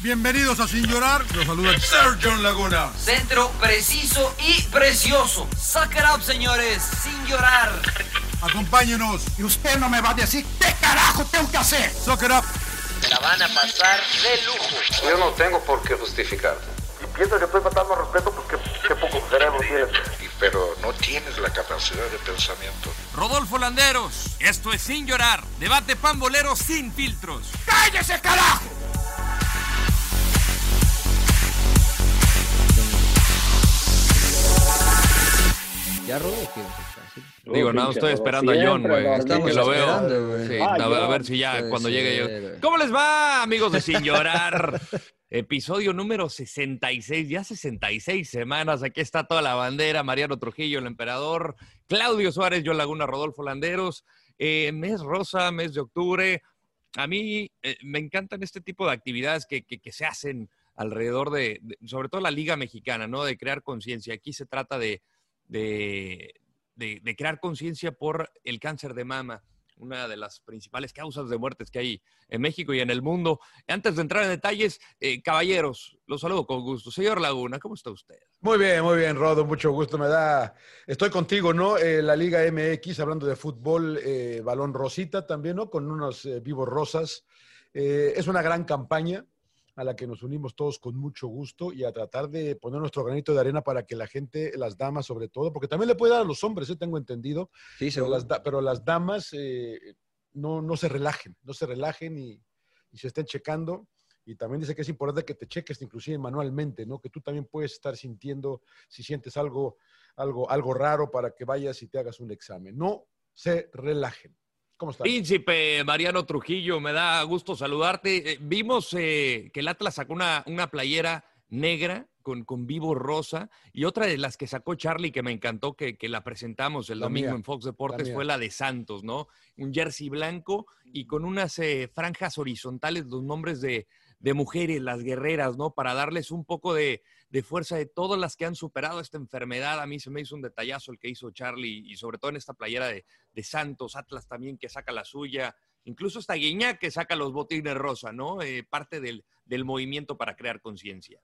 Bienvenidos a Sin Llorar. Los saluda Sergio Laguna. Centro preciso y precioso. Suck it up, señores. Sin llorar. Acompáñenos. Y usted no me va a decir qué carajo tengo que hacer. Suck it up. La van a pasar de lujo. Yo no tengo por qué justificarte. Y piensa que estoy faltando respeto porque qué poco cerebro tienes. Pero no tienes la capacidad de pensamiento. Rodolfo Landeros, esto es Sin Llorar. Debate pambolero sin filtros. ¡Cállese, carajo! Ya Rodo, Digo, nada, estoy esperando a John, güey. Que lo veo. Sí, a, ver, a ver si ya cuando llegue yo. ¿Cómo les va, amigos de Sin Llorar? Episodio número 66, ya 66 semanas. Aquí está toda la bandera: Mariano Trujillo, el emperador, Claudio Suárez, John Laguna, Rodolfo Landeros. Eh, mes rosa, mes de octubre. A mí eh, me encantan este tipo de actividades que, que, que se hacen alrededor de, de, sobre todo la Liga Mexicana, ¿no? De crear conciencia. Aquí se trata de, de, de, de, crear conciencia por el cáncer de mama, una de las principales causas de muertes que hay en México y en el mundo. Antes de entrar en detalles, eh, caballeros, los saludo con gusto. Señor Laguna, ¿cómo está usted? Muy bien, muy bien, Rodo, mucho gusto me da. Estoy contigo, ¿no? Eh, la Liga MX, hablando de fútbol, eh, balón rosita también, ¿no? Con unos eh, vivos rosas. Eh, es una gran campaña, a la que nos unimos todos con mucho gusto y a tratar de poner nuestro granito de arena para que la gente, las damas sobre todo, porque también le puede dar a los hombres, ¿eh? tengo entendido, sí, pero, las, pero las damas eh, no, no, se relajen, no se relajen y, y, se estén checando. Y también dice que es importante que te cheques inclusive manualmente, ¿no? Que tú también puedes estar sintiendo si sientes algo, algo, algo raro para que vayas y te hagas un examen. No se relajen. ¿Cómo está? Príncipe Mariano Trujillo, me da gusto saludarte. Eh, vimos eh, que el Atlas sacó una, una playera negra con, con, vivo rosa y otra de las que sacó Charlie que me encantó que, que la presentamos el la domingo mía. en Fox Deportes la fue la de Santos, ¿no? Un jersey blanco y con unas eh, franjas horizontales, los nombres de, de, mujeres, las guerreras, ¿no? Para darles un poco de, de fuerza de todas las que han superado esta enfermedad. A mí se me hizo un detallazo el que hizo Charlie y sobre todo en esta playera de, de Santos, Atlas también que saca la suya, incluso hasta Guiñac que saca los botines rosa, ¿no? Eh, parte del, del, movimiento para crear conciencia.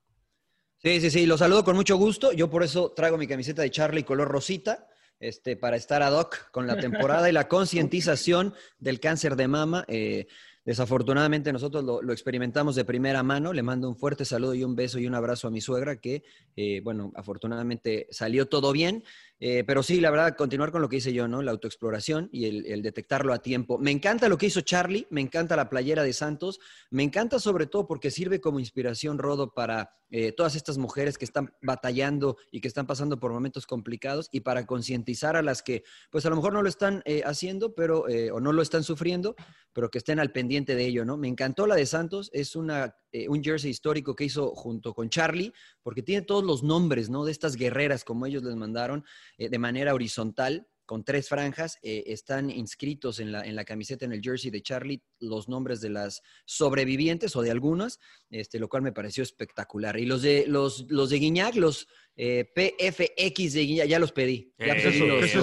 Sí, sí, sí, los saludo con mucho gusto. Yo por eso traigo mi camiseta de Charlie color rosita. Este, para estar ad hoc con la temporada y la concientización del cáncer de mama. Eh, Desafortunadamente nosotros lo, lo, experimentamos de primera mano. Le mando un fuerte saludo y un beso y un abrazo a mi suegra que, eh, bueno, afortunadamente salió todo bien. Eh, pero sí, la verdad, continuar con lo que hice yo, ¿no? La autoexploración y el, el, detectarlo a tiempo. Me encanta lo que hizo Charlie, me encanta la playera de Santos, me encanta sobre todo porque sirve como inspiración, Rodo, para eh, todas estas mujeres que están batallando y que están pasando por momentos complicados y para concientizar a las que, pues a lo mejor no lo están eh, haciendo, pero, eh, o no lo están sufriendo, pero que estén al pendiente de ello, ¿no? Me encantó la de Santos, es una eh, un jersey histórico que hizo junto con Charlie, porque tiene todos los nombres, ¿no? De estas guerreras, como ellos les mandaron, eh, de manera horizontal, con tres franjas, eh, están inscritos en la, en la camiseta, en el jersey de Charlie, los nombres de las sobrevivientes o de algunas, este, lo cual me pareció espectacular. Y los de, los, los de Guiñac, los eh, PFX de Guiñac, ya los pedí. Ya Eh, los, ¿Qué es pedí Eh, pues, eso? los, ¿Qué es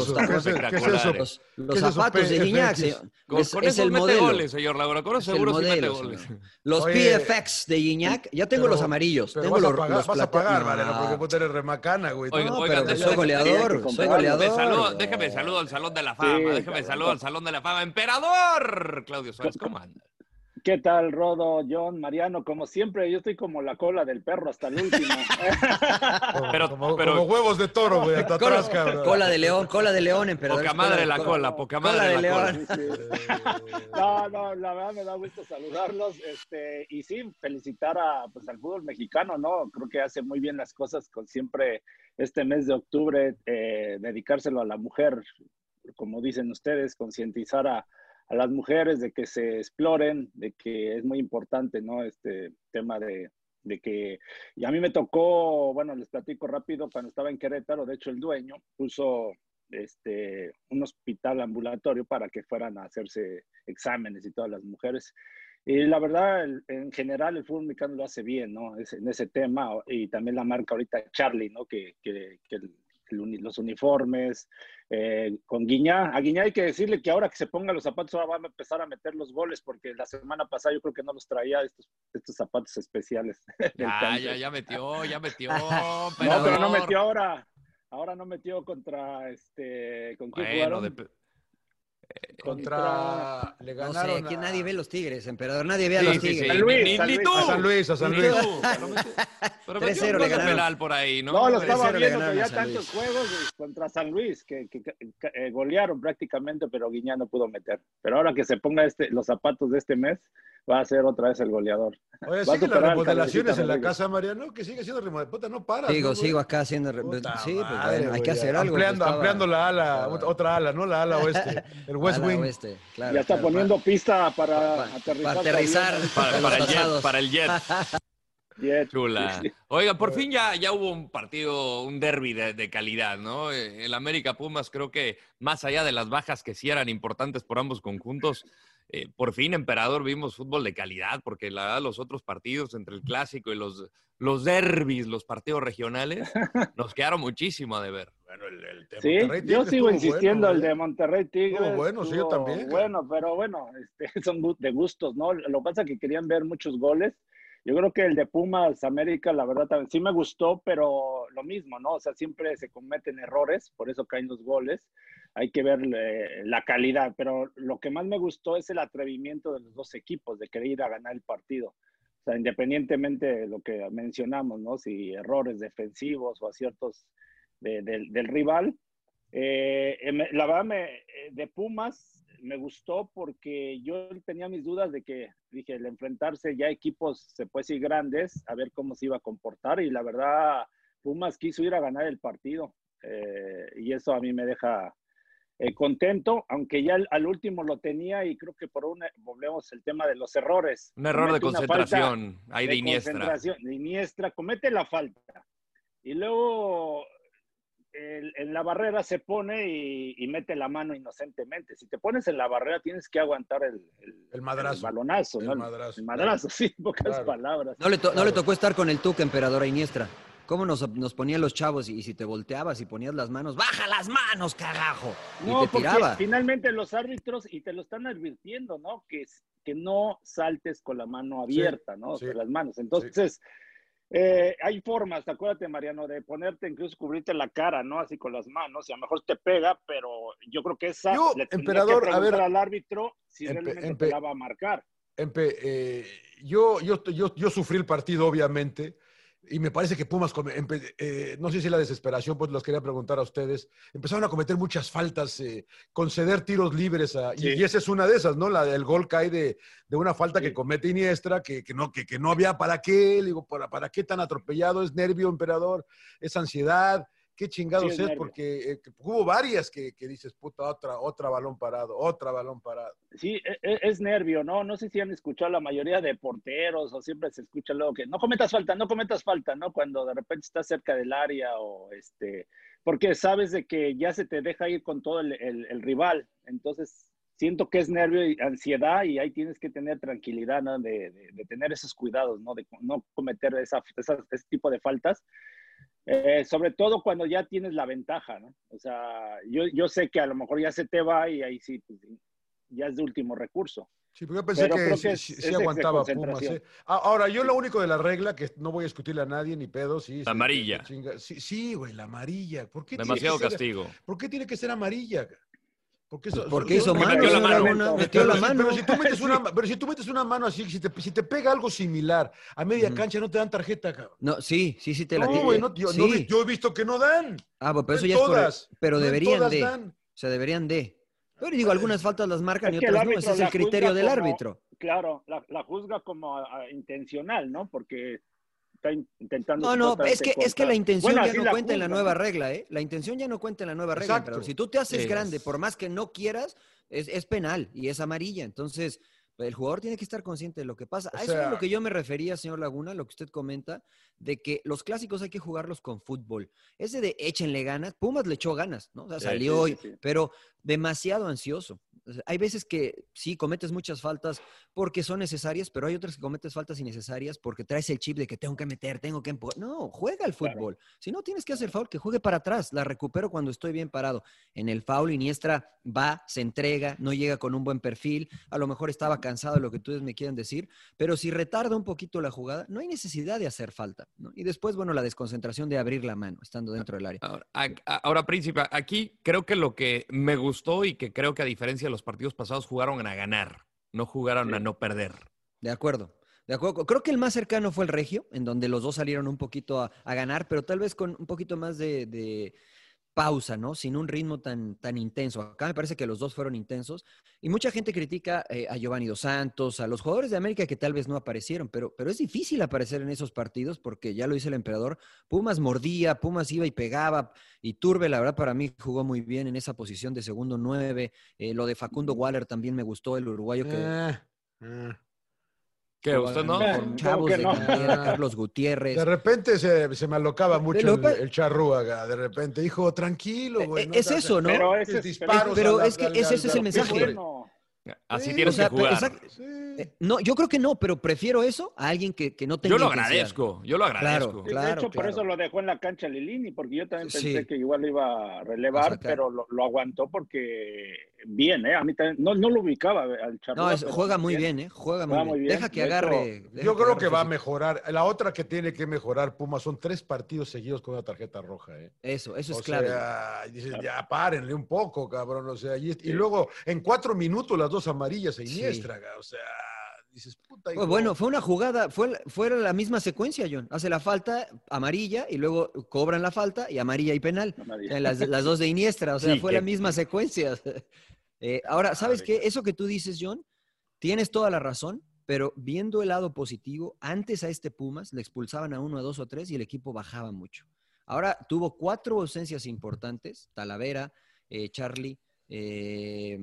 eso? los, los ¿Qué zapatos es eso? de Guiñac. Con, es, con es el modelo. goles, señor Laura. Con seguro modelo, si mete goles. Señor. Los Oye, PFX de Guiñac, ya tengo pero, los amarillos. Pero tengo vas los, Ah, a pagar, los vas a pagar, Mariano, porque vos eres remacana, güey. Oiga, no, oiga, pero soy goleador, soy goleador. Saludo, déjame saludo al Salón de la Fama, sí, déjame saludo al Salón de la Fama. ¡Emperador! Claudio Suárez, ¿cómo andas? ¿Qué tal, Rodo, John, Mariano? Como siempre, yo estoy como la cola del perro hasta el último. pero, como, pero, como, huevos de toro, güey, hasta cola, atrás, cabrón. Cola de león, cola de león, emperador. Poca madre la cola, poca madre de la león. Eh, cola. Sí, sí. No, no, la verdad me da gusto saludarlos. Este, y sí, felicitar a, pues, al fútbol mexicano, ¿no? Creo que hace muy bien las cosas con siempre este mes de octubre, eh, dedicárselo a la mujer, como dicen ustedes, concientizar a a las mujeres de que se exploren, de que es muy importante, ¿no? Este tema de, de que y a mí me tocó, bueno, les platico rápido, cuando estaba en Querétaro, de hecho el dueño puso este, un hospital ambulatorio para que fueran a hacerse exámenes y todas las mujeres. Y la verdad, el, en general, el fútbol mexicano lo hace bien, ¿no? Es, en ese tema, y también la marca ahorita Charlie, ¿no? Que, que, que el, los uniformes, eh, con Guiñá. A Guiñá hay que decirle que ahora que se ponga los zapatos, ahora va a empezar a meter los goles, porque la semana pasada yo creo que no los traía estos, estos zapatos especiales. Ya, ya, ya metió, ya metió. no, pero no metió ahora. Ahora no metió contra este. ¿Con quién bueno, jugaron? De... Contra. Le ganaron no sé, aquí a... nadie ve los Tigres, emperador. Nadie ve a sí, los Tigres. Sí, sí. San Luis, ni, San Luis, a San Luis, a San Luis. Pero metió un gol de penal por ahí, ¿no? No, lo estaba viendo, pero ya tantos juegos contra San Luis que, que, que eh, golearon prácticamente, pero Guiñá no pudo meter. Pero ahora que se ponga este, los zapatos de este mes, va a ser otra vez el goleador. Oye, sigue las remodelaciones en la casa, Mariano, que sigue siendo remodelación. no para. Sigo, ¿no, sigo acá haciendo. Puta sí, pues madre, bueno, hay que hacer algo. Ampliando, estaba... ampliando la ala, otra ala, ¿no? La ala oeste, el West ala Wing. Oeste, claro, ya está claro, poniendo para, pista para, para aterrizar. Para aterrizar. Para, para el jet, para el jet. Jet. Chula. Oiga, Eh. por fin ya, ya hubo un partido, un derby de, de, calidad, ¿no? Eh, El América Pumas creo que más allá de las bajas que sí eran importantes por ambos conjuntos, eh, por fin, Emperador, vimos fútbol de calidad, porque la verdad los otros partidos entre el clásico y los, los derbis, los partidos regionales, nos quedaron muchísimo de ver. Bueno, el, el de sí, Monterrey yo sigo insistiendo, bueno, el de Monterrey Tigres. ¿eh? Estuvo bueno, estuvo, sí, yo también. Bueno, pero bueno, este, son de gustos, ¿no? Lo que pasa es que querían ver muchos goles. Yo creo que el de Pumas América, la verdad, también sí me gustó, pero lo mismo, ¿no? O sea, siempre se cometen errores, por eso caen los goles. Hay que ver eh, la calidad, pero lo que más me gustó es el atrevimiento de los dos equipos de querer ir a ganar el partido. O sea, independientemente de lo que mencionamos, ¿no? Si errores defensivos o aciertos de, de, del rival. Eh, la verdad, me, eh, de Pumas, me gustó porque yo tenía mis dudas de que, dije, el enfrentarse ya a equipos, se puede decir, grandes, a ver cómo se iba a comportar. Y la verdad, Pumas quiso ir a ganar el partido. Eh, y eso a mí me deja eh, contento, aunque ya al, al, último lo tenía y creo que por una, volvemos el tema de los errores. Un error comete de concentración, hay de, de Iniestra. Concentración. De Iniestra, comete la falta. Y luego el, en la barrera se pone y, y, mete la mano inocentemente. Si te pones en la barrera, tienes que aguantar el, el, el madrazo. balonazo, ¿no? madrazo, el madrazo. sí, pocas claro. palabras. No le, to, claro. no le, tocó estar con el Tuca, emperadora Iniestra. ¿Cómo nos, nos ponían los chavos? Y, y, si te volteabas y ponías las manos, ¡baja las manos, carajo! Y no, te porque tiraba. finalmente los árbitros, y te lo están advirtiendo, ¿no? Que, que no saltes con la mano abierta, sí, ¿no? Sí, o sea, las manos. Entonces. Sí. Eh, hay formas, acuérdate, Mariano, de ponerte, incluso cubrirte la cara, ¿no? Así con las manos, y a lo mejor te pega, pero yo creo que esa yo, le emperador, que a ver, al árbitro si empe, realmente empe, te la va a marcar. Empe, eh, yo, yo, yo, yo, sufrí el partido, obviamente, y me parece que Pumas, eh, no sé si la desesperación, pues los quería preguntar a ustedes, empezaron a cometer muchas faltas, eh, conceder tiros libres, a, sí. y, y, esa es una de esas, ¿no? La del gol cae de, de una falta sí. que comete Iniestra, que, que no, que, que, no había para qué, le digo, para, para qué tan atropellado, es nervio, emperador, es ansiedad, qué chingados sí, es, es porque eh, hubo varias que, que, dices, puta, otra, otra balón parado, otra balón parado. Sí, es, es, nervio, ¿no? No sé si han escuchado la mayoría de porteros o siempre se escucha luego que no cometas falta, no cometas falta, ¿no? Cuando de repente estás cerca del área o este, porque sabes de que ya se te deja ir con todo el, el, el rival, entonces siento que es nervio y ansiedad y ahí tienes que tener tranquilidad, ¿no? De, de, de tener esos cuidados, ¿no? De no cometer esa, esa, ese tipo de faltas. Eh, sobre todo cuando ya tienes la ventaja, ¿no? O sea, yo, yo sé que a lo mejor ya se te va y ahí sí, pues, ya es de último recurso. Sí, pero yo pensé pero que, creo que sí, es, sí es aguantaba Pumas. ¿eh? Ahora, yo lo único de la regla, que no voy a discutirle a nadie ni pedo, sí. La amarilla. Sí, sí, güey, la amarilla. ¿Por qué Demasiado tiene que castigo. Ser, ¿Por qué tiene que ser amarilla? Porque, eso, porque hizo mano. Metió la mano. Una, metió pero, la mano. Pero, si tú metes una, pero si tú metes una mano así, si te, si te pega algo similar a media mm. cancha, no te dan tarjeta, cabrón. No, sí, sí, sí te la no, tiran. Wey, no, yo, sí. no, yo, he visto que no dan. Ah, pero eso en ya todas, es por, Pero deberían todas de. Dan. O sea, deberían de. Pero digo, algunas faltas las marcan es y otras no. Ese es el criterio del como, árbitro. Claro, la, la juzga como a, a, intencional, ¿no? Porque está in, intentando. No, no, es que, contar. es que la intención bueno, ya no cuenta en la nueva regla, ¿eh? La intención ya no cuenta en la nueva regla. Pero si tú te haces es. grande, por más que no quieras, es, es penal y es amarilla. Entonces, El jugador tiene que estar consciente de lo que pasa. A eso es lo que yo me refería, señor Laguna, lo que usted comenta, de que los clásicos hay que jugarlos con fútbol. Ese de échenle ganas, Pumas le echó ganas, ¿no? O sea, salió hoy, pero demasiado ansioso. O sea, hay veces que sí, cometes muchas faltas porque son necesarias, pero hay otras que cometes faltas innecesarias porque traes el chip de que tengo que meter, tengo que empujar. No, juega al fútbol. Claro. Si no tienes que hacer foul, que juegue para atrás. La recupero cuando estoy bien parado. En el foul, Iniestra va, se entrega, no llega con un buen perfil. A lo mejor estaba cansado de lo que ustedes me quieren decir, pero si retarda un poquito la jugada, no hay necesidad de hacer falta. ¿no? Y después, bueno, la desconcentración de abrir la mano estando dentro del área. Ahora, ahora, Príncipe, aquí creo que lo que me gustó y que creo que a diferencia de los partidos pasados jugaron a ganar, no jugaron sí. a no perder. De acuerdo. De acuerdo, creo que el más cercano fue el Regio, en donde los dos salieron un poquito a, a ganar, pero tal vez con un poquito más de, de pausa, ¿no? Sin un ritmo tan, tan intenso. Acá me parece que los dos fueron intensos. Y mucha gente critica eh, a Giovanni Dos Santos, a los jugadores de América que tal vez no aparecieron, pero, pero es difícil aparecer en esos partidos porque ya lo dice el emperador, Pumas mordía, Pumas iba y pegaba, y Turbe, la verdad, para mí jugó muy bien en esa posición de segundo nueve. Eh, lo de Facundo Waller también me gustó, el uruguayo que... Eh, ¿Qué? ¿Usted no? Con chavos que no? de Canera, Carlos Gutiérrez. De repente se, se me alocaba mucho el, el, charrúaga. De repente dijo, tranquilo, güey. No Eh, es te eso, ¿no? Pero ese es, disparos pero es que ese, es el mensaje. Eh, Así sí, tienes o sea, que jugar. Exact, sí. No, yo creo que no, pero prefiero eso a alguien que, que no tenga. Yo lo agradezco, yo lo Claro, agradezco. claro, de hecho, claro. por eso lo dejó en la cancha Lilini, porque yo también pensé sí. que igual lo iba a relevar, o sea, pero lo, lo, aguantó porque bien, ¿eh? A mí también, no, no lo ubicaba al Charrúa, No, es, juega muy bien, bien, ¿eh? Juega, juega muy, bien. bien. Deja que agarre. yo deja creo que, que va a mejorar. La otra que tiene que mejorar Puma son tres partidos seguidos con una tarjeta roja, ¿eh? Eso, eso es o clave. Sea, dices, ya párenle un poco, cabrón. O sea, y, y luego en cuatro minutos las dos amarillas e Iniestra, sí. o sea, dices, puta. Hijo. Pues Bueno, fue una jugada, fue, fue la misma secuencia, John. Hace la falta amarilla y luego cobran la falta y amarilla y penal. Amarilla. Eh, Las, las, dos de Iniestra, o sea, sí, fue que... la misma secuencia. Eh, ahora, ¿sabes qué? Eso que tú dices, John, tienes toda la razón. Pero viendo el lado positivo, antes a este Pumas le expulsaban a uno, a dos o a tres y el equipo bajaba mucho. Ahora tuvo cuatro ausencias importantes: Talavera, eh, Charlie, eh,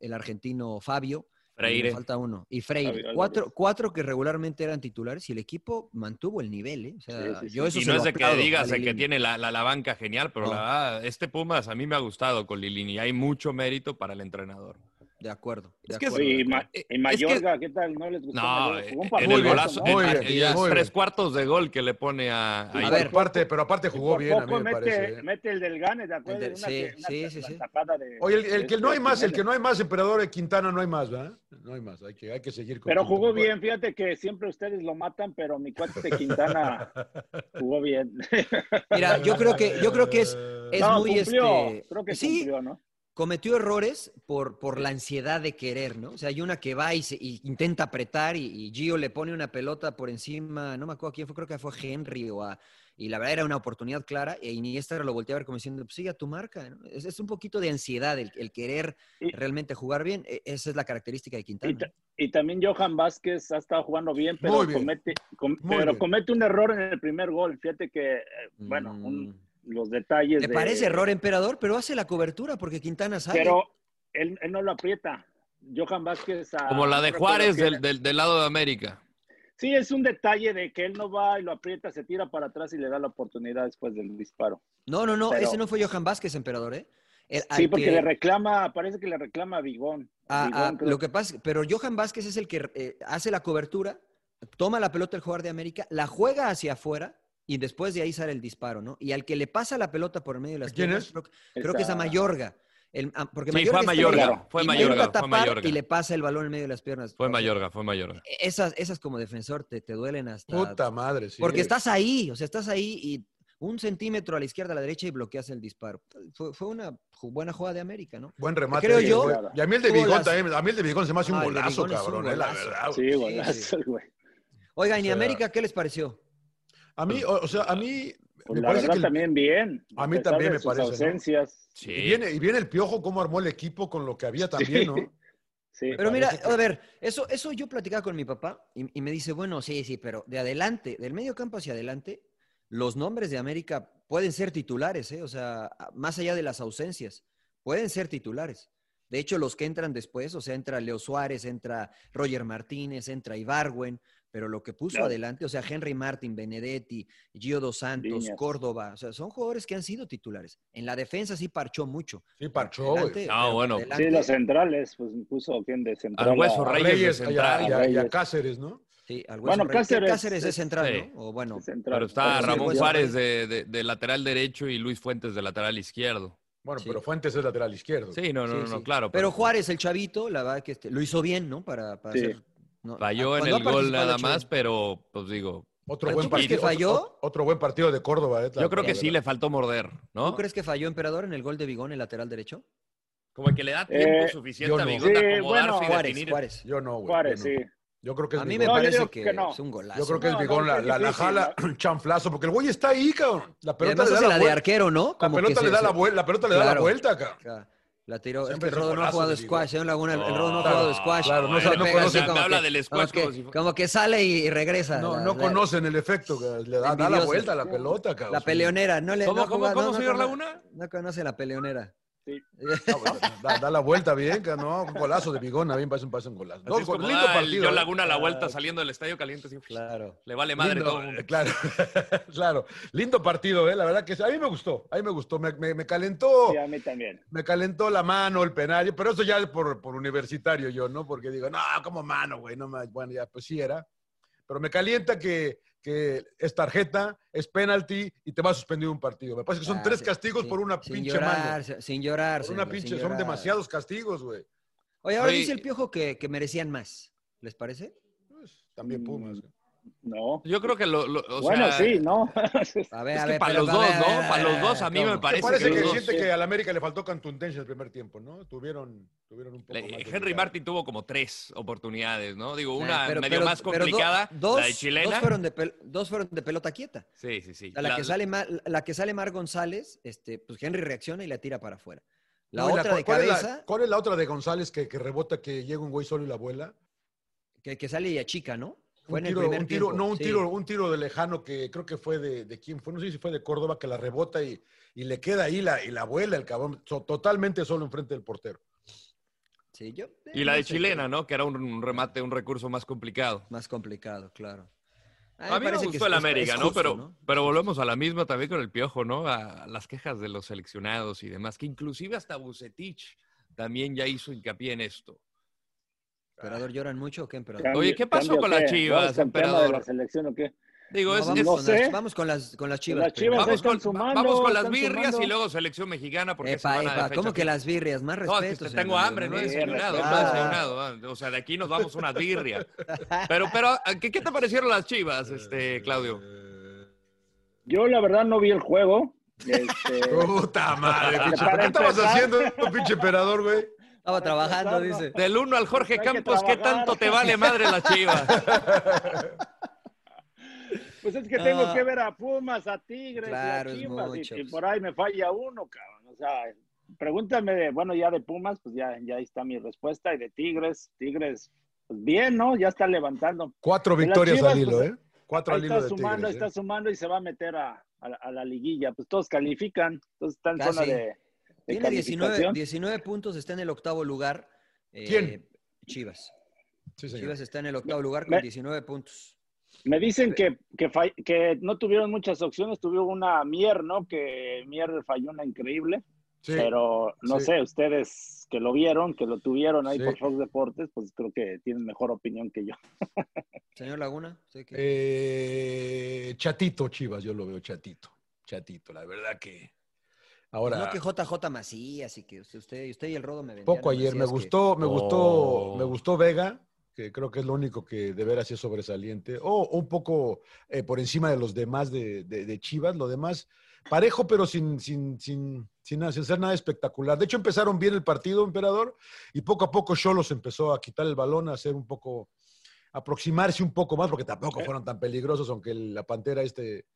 el argentino Fabio. Freire. Me falta uno. Y Freire. Fabio, cuatro, cuatro, que regularmente eran titulares y el equipo mantuvo el nivel. ¿eh? O sea, sí, sí, sí. Yo eso y se no es de que digas que tiene la, la, la, banca genial, pero no. la verdad, este Pumas a mí me ha gustado con Lilini. Hay mucho mérito para el entrenador. De acuerdo. De es que acuerdo. Y, ma y Mayorga, es que... ¿qué tal? No les gustó. No, eh, eh, en el golazo, ¿no? en, en, en tres cuartos de gol que le pone a. a, a ver, aparte, pero aparte jugó bien. A mí mete, me parece, ¿eh? mete el del Gane, ¿te acuerdas? Del, sí, una, sí, una, sí, sí. De, Oye, el, el, el que no hay más, el que no hay más, emperador de Quintana, no hay más, ¿verdad? No hay más, hay que, hay que seguir con Pero jugó bien, fíjate que siempre ustedes lo matan, pero mi cuate de Quintana jugó bien. Mira, yo creo que, yo creo que es, Eh, es no, muy cumplió, este. Creo que sí, cumplió, ¿no? cometió errores por, por la ansiedad de querer, ¿no? O sea, hay una que va y, se, y intenta apretar y, y, Gio le pone una pelota por encima, no me acuerdo quién fue, creo que fue Henry o a... Y la verdad era una oportunidad clara e Iniesta lo volteó a ver como diciendo, pues sigue a tu marca. ¿no? Es, es, un poquito de ansiedad el, el querer y, realmente jugar bien. e, Esa es la característica de Quintana. Y, también Johan Vázquez ha estado jugando bien, pero, bien. Comete, com, pero bien. comete un error en el primer gol. Fíjate que, eh, bueno, mm. un los detalles. ¿Te parece de... error, emperador? Pero hace la cobertura porque Quintana sale. Pero él, él no lo aprieta. Johan Vázquez. A... Como la de Juárez del, del, del, lado de América. Sí, es un detalle de que él no va y lo aprieta, se tira para atrás y le da la oportunidad después del disparo. No, no, no, Pero... ese no fue Johan Vázquez, emperador, ¿eh? El, sí, porque que... le reclama, parece que le reclama a Bigón. Ah, ah, lo que pasa, pero Johan Vázquez es el que eh, hace la cobertura, toma la pelota el jugador de América, la juega hacia afuera, y después de ahí sale el disparo, ¿no? Y al que le pasa la pelota por medio de las ¿Quién piernas, es? Creo, creo, que es a Mayorga. El, a, porque sí, Mayorga fue a Mayorga, ahí, fue, Mayorga tapar fue Mayorga, Y le pasa el balón en medio de las piernas. Fue Mayorga, fue Mayorga. Esas, esas como defensor te, te duelen hasta... Puta madre, sí. Porque estás ahí, o sea, estás ahí y un centímetro a la izquierda, a la derecha y bloqueas el disparo. Fue, fue una buena jugada de América, ¿no? Buen remate. Creo yo. Güey. Y a mí el de Bigón las... también, a mí el de Bigón se me hace ah, un golazo, cabrón, un golazo. Eh, la verdad. Sí, golazo, güey. Oigan, ¿y o sea, América qué les pareció? A mí, o, o, sea, a mí. Pues me la verdad que el, también bien. A mí también me parece. Ausencias. ¿no? Sí. Y, viene, y, viene, el piojo cómo armó el equipo con lo que había también, sí. ¿no? Sí, pero mira, que... a ver, eso, eso yo platicaba con mi papá y, y, me dice, bueno, sí, sí, pero de adelante, del medio campo hacia adelante, los nombres de América pueden ser titulares, ¿eh? O sea, más allá de las ausencias, pueden ser titulares. De hecho, los que entran después, o sea, entra Leo Suárez, entra Roger Martínez, entra Ibarwen, pero lo que puso claro. adelante, o sea, Henry Martin, Benedetti, Gio Dos Santos, Viña. Córdoba, o sea, son jugadores que han sido titulares. En la defensa sí parchó mucho. Sí, parchó. Adelante, ah, bueno. Adelante. sí, los centrales, pues puso quién de central. Al Hueso Reyes, Reyes de central. Y a, y a Cáceres, ¿no? Sí, al hueso bueno, Cáceres, Cáceres, es central, sí. ¿no? O bueno, central. Pero pues, está pero Ramón Juárez de, de, de, lateral derecho y Luis Fuentes de lateral izquierdo. Bueno, sí. pero Fuentes es lateral izquierdo. Sí, no, no, sí, no, no, claro. Pero, pero, Juárez, el chavito, la verdad que este, lo hizo bien, ¿no? Para, para hacer, no, Falló en el gol nada más, pero pues digo. Otro buen, partido, que falló? Otro, otro buen partido de Córdoba. Eh, Yo creo que sí le faltó morder, ¿no? ¿Tú crees que falló Emperador en el gol de Vigón, el lateral derecho? Como que le da tiempo suficiente a Vigón de acomodarse y Eh, Juárez, Yo no, güey. Juárez, sí. Yo creo que es A mí Bigón. me parece no, que, que no. es un golazo. Yo creo que es Bigón no, la, la, la, jala chanflazo, porque el güey está ahí, cabrón. La pelota le da la, la de arquero, ¿no? Como la pelota, le, se, da la, vuelta, la pelota claro, le da la vuelta, cabrón. La tiró. Siempre es que el Rodo no ha jugado squash, señor Laguna. El Rodo no ha jugado squash. Claro, no, no conocen. habla del squash. Como que, sale y, regresa. No, no conocen el efecto. Le da, la vuelta a la pelota, cabrón. La peleonera. No le, ¿Cómo, cómo, cómo señor Laguna? No conoce la peleonera. Sí. Da, da, la vuelta bien, ¿no? Un golazo de Bigón, a mí me parece un pase un golazo. Dos, lindo da, partido. Yo ¿eh? Laguna la vuelta claro. saliendo del estadio caliente. Así, ¿eh? claro. Le vale madre lindo, eh, todo el mundo. Claro, claro. Lindo partido, ¿eh? La verdad que a mí me gustó, a mí me gustó. Me, me, me calentó. Sí, a mí también. Me calentó la mano, el penal, pero eso ya es por, por universitario yo, ¿no? Porque digo, no, como mano, güey, no más. Bueno, ya, pues sí era. Pero me calienta que, que es tarjeta, es penalti y te va a suspender un partido. Me parece que son ah, tres sí, castigos sí, por una sin pinche llorar, mano. Sin llorar. Por una sin pinche, llorar. son demasiados castigos, güey. Oye, ahora Oye, dice el piojo que, que, merecían más. ¿Les parece? Pues, también Pumas. Mm, no. Yo creo que lo. lo o bueno, sea, sí, ¿no? a ver, es que a ver, para los dos, ¿no? Para los dos, a mí ¿cómo? me parece. Parece que, siente sí. que al América le faltó contundencia el primer tiempo, ¿no? Tuvieron. Tuvieron un poco más Henry complicado. Martin tuvo como tres oportunidades, ¿no? Digo, una ah, pero, medio pero, más complicada, do, dos, la de chilena. Dos fueron de, pel, dos fueron de pelota quieta. Sí, sí, sí. La, la, la, que, sale Mar, la que sale Mar González, este, pues Henry reacciona y la tira para afuera. La no, otra de ¿cuál cabeza. Es ¿Cuál es la otra de González que, que, rebota, que llega un güey solo y la abuela? Que, que sale y achica, ¿no? Fue un tiro, en el un tiro no, un sí. tiro, un tiro de lejano que creo que fue de, de, quién fue, no sé si fue de Córdoba, que la rebota y, y le queda ahí la, y la abuela, el cabrón, so, totalmente solo enfrente del portero. Sí, yo, eh, y la de no sé chilena, qué. ¿no? Que era un remate, un recurso más complicado. Más complicado, claro. A, a mí me gustó que el es, América, es justo, ¿no? Pero, ¿no? pero volvemos a la misma también con el Piojo, ¿no? A las quejas de los seleccionados y demás, que inclusive hasta Bucetich también ya hizo hincapié en esto. ¿Emperador lloran mucho o qué, emperador? Cambio, Oye, ¿qué pasó con qué? las chivas, emperador? de la selección o qué? Digo, no, es, vamos, es, con no sé. las, vamos con las, con las chivas. Las chivas vamos, con, sumando, vamos, con, las birrias sumando. y luego selección mexicana. Porque epa, epa, ¿cómo que las birrias? Más respeto. No, es que tengo hambre, no he desayunado, no he desayunado. O sea, de aquí nos vamos una birria. Pero, pero ¿qué, ¿qué, te parecieron las chivas, este, Claudio? Yo, la verdad, no vi el juego. Este... Puta madre, pinche. ¿Qué estabas haciendo, pinche emperador, güey? Estaba trabajando, dice. Del 1 al Jorge Campos, ¿qué tanto te vale madre las chivas? Pues es que no. Ah. tengo que ver a Pumas, a Tigres, claro, y a Chivas, pues. y, y, por ahí me falla uno, cabrón. O sea, pregúntame, de, bueno, ya de Pumas, pues ya, ya ahí está mi respuesta, y de Tigres, Tigres, pues bien, ¿no? Ya está levantando. Cuatro victorias Chivas, al hilo, pues, ¿eh? Cuatro al hilo está de sumando, Tigres, ¿eh? Está sumando y se va a meter a, a, a la liguilla. Pues todos califican, entonces está en Casi. zona de, de Tiene 19, 19 puntos, está en el octavo lugar. Eh, ¿Quién? Chivas. ¿eh? Sí, señor. Chivas está en el octavo lugar con me... 19 puntos. Me dicen Este que, que, fall, que, no tuvieron muchas opciones, tuvo una Mier, ¿no? Que Mier falló una increíble. Sí, pero no sí. sé, ustedes que lo vieron, que lo tuvieron ahí sí. por Fox Deportes, pues creo que tienen mejor opinión que yo. Señor Laguna, que... eh, chatito, Chivas, yo lo veo chatito, chatito, la verdad que... Ahora, no que JJ Macías y que usted, usted y el Rodo me Poco ayer, me gustó, que... me gustó, oh. me gustó Vega, que creo que es lo único que de veras es sobresaliente, o, o un poco eh, por encima de los demás de, de, de, Chivas, lo demás parejo, pero sin, sin, sin, sin, hacer nada espectacular. De hecho, empezaron bien el partido, emperador, y poco a poco Cholos empezó a quitar el balón, a hacer un poco, aproximarse un poco más, porque tampoco fueron tan peligrosos, aunque el, la pantera este,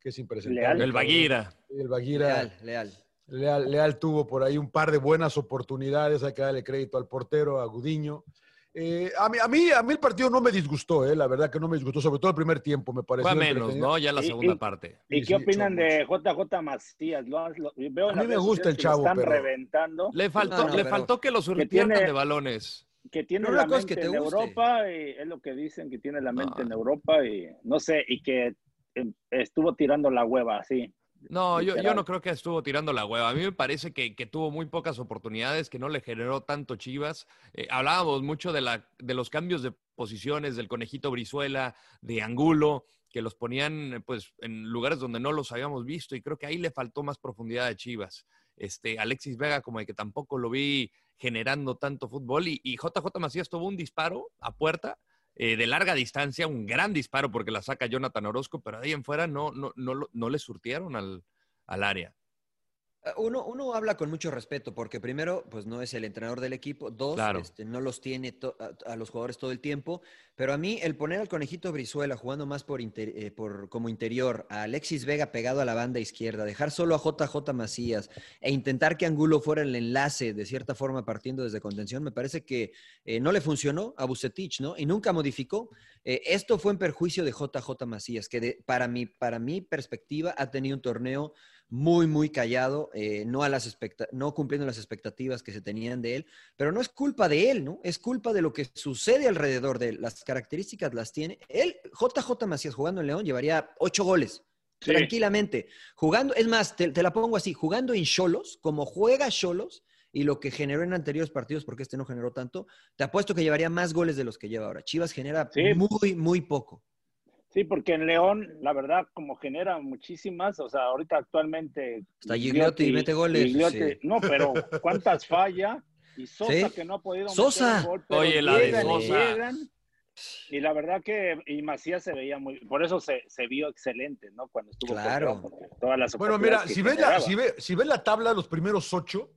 que es impresentable. Leal. El Baguira. El Baguira. Leal, leal. Leal, Leal tuvo por ahí un par de buenas oportunidades, hay que darle crédito al portero, a Gudiño. Eh, a, mí, a, mí, a mí el partido no me disgustó, eh, la verdad que no me disgustó, sobre todo el primer tiempo, me pareció. Fue menos, ¿no? Ya la Y- segunda y- parte. ¿Y qué opinan de JJ Macías? Lo- lo- veo A en mí las me redes gusta el sociales que lo chavo, están pero reventando. Le faltó, le faltó que los Que surtieran tiene- de balones. que tiene Pero la una cosa es mente que te en guste. Ah. Europa y es lo que dicen que tiene la mente en Europa y no sé y que em, estuvo tirando la hueva así No, yo, yo Literal. no creo que estuvo tirando la hueva. A mí me parece que, que tuvo muy pocas oportunidades, que no le generó tanto Chivas. Eh, hablábamos mucho de, la, de los cambios de posiciones del conejito Brizuela, de Angulo, que los ponían eh, pues, en lugares donde no los habíamos visto y creo que ahí le faltó más profundidad a Chivas. Este, Alexis Vega como de que tampoco lo vi generando tanto fútbol y, y JJ Macías tuvo un disparo a puerta eh, de larga distancia, un gran disparo porque la saca Jonathan Orozco, pero ahí en fuera no, no, no, lo- no le surtieron al, al área. Eh, Uno, uno habla con mucho respeto porque primero, pues no es el entrenador del equipo, dos, Claro. este, no los tiene to- a, a los jugadores todo el tiempo, pero a mí el poner al conejito Brizuela jugando más por, inter- eh, por como interior, a Alexis Vega pegado a la banda izquierda, dejar solo a JJ Macías e intentar que Angulo fuera el enlace de cierta forma partiendo desde contención, me parece que eh, no le funcionó a Bucetich, ¿no? Y nunca modificó. Eh, esto fue en perjuicio de JJ Macías, que de- para, mi, para mi perspectiva ha tenido un torneo muy, muy callado, eh, no, a las expecta- no cumpliendo las expectativas que se tenían de él, pero no es culpa de él, ¿no? Es culpa de lo que sucede alrededor de él. Las características las tiene. Él, JJ Macías, jugando en León, llevaría ocho goles. Sí. Tranquilamente. Jugando, es más, te, te la pongo así, jugando en Cholos, como juega Cholos, y lo que generó en anteriores partidos, porque este no generó tanto, te apuesto que llevaría más goles de los que lleva ahora. Chivas genera muy, muy poco. sí porque en León la verdad como genera muchísimas o sea ahorita actualmente Hasta Gigliotti mete goles, Gigliotti, sí. no pero cuántas falla y Sosa Sí. que no ha podido Sosa. meter un gol, pero Oye, la de llegan y Sosa. llegan. y la verdad que y Macías se veía muy por eso se, se vio excelente no cuando estuvo Claro. Córdoba, porque todas las Bueno, oportunidades mira, que si ves, la, generaba. si, ve- si ves la tabla, los primeros ocho,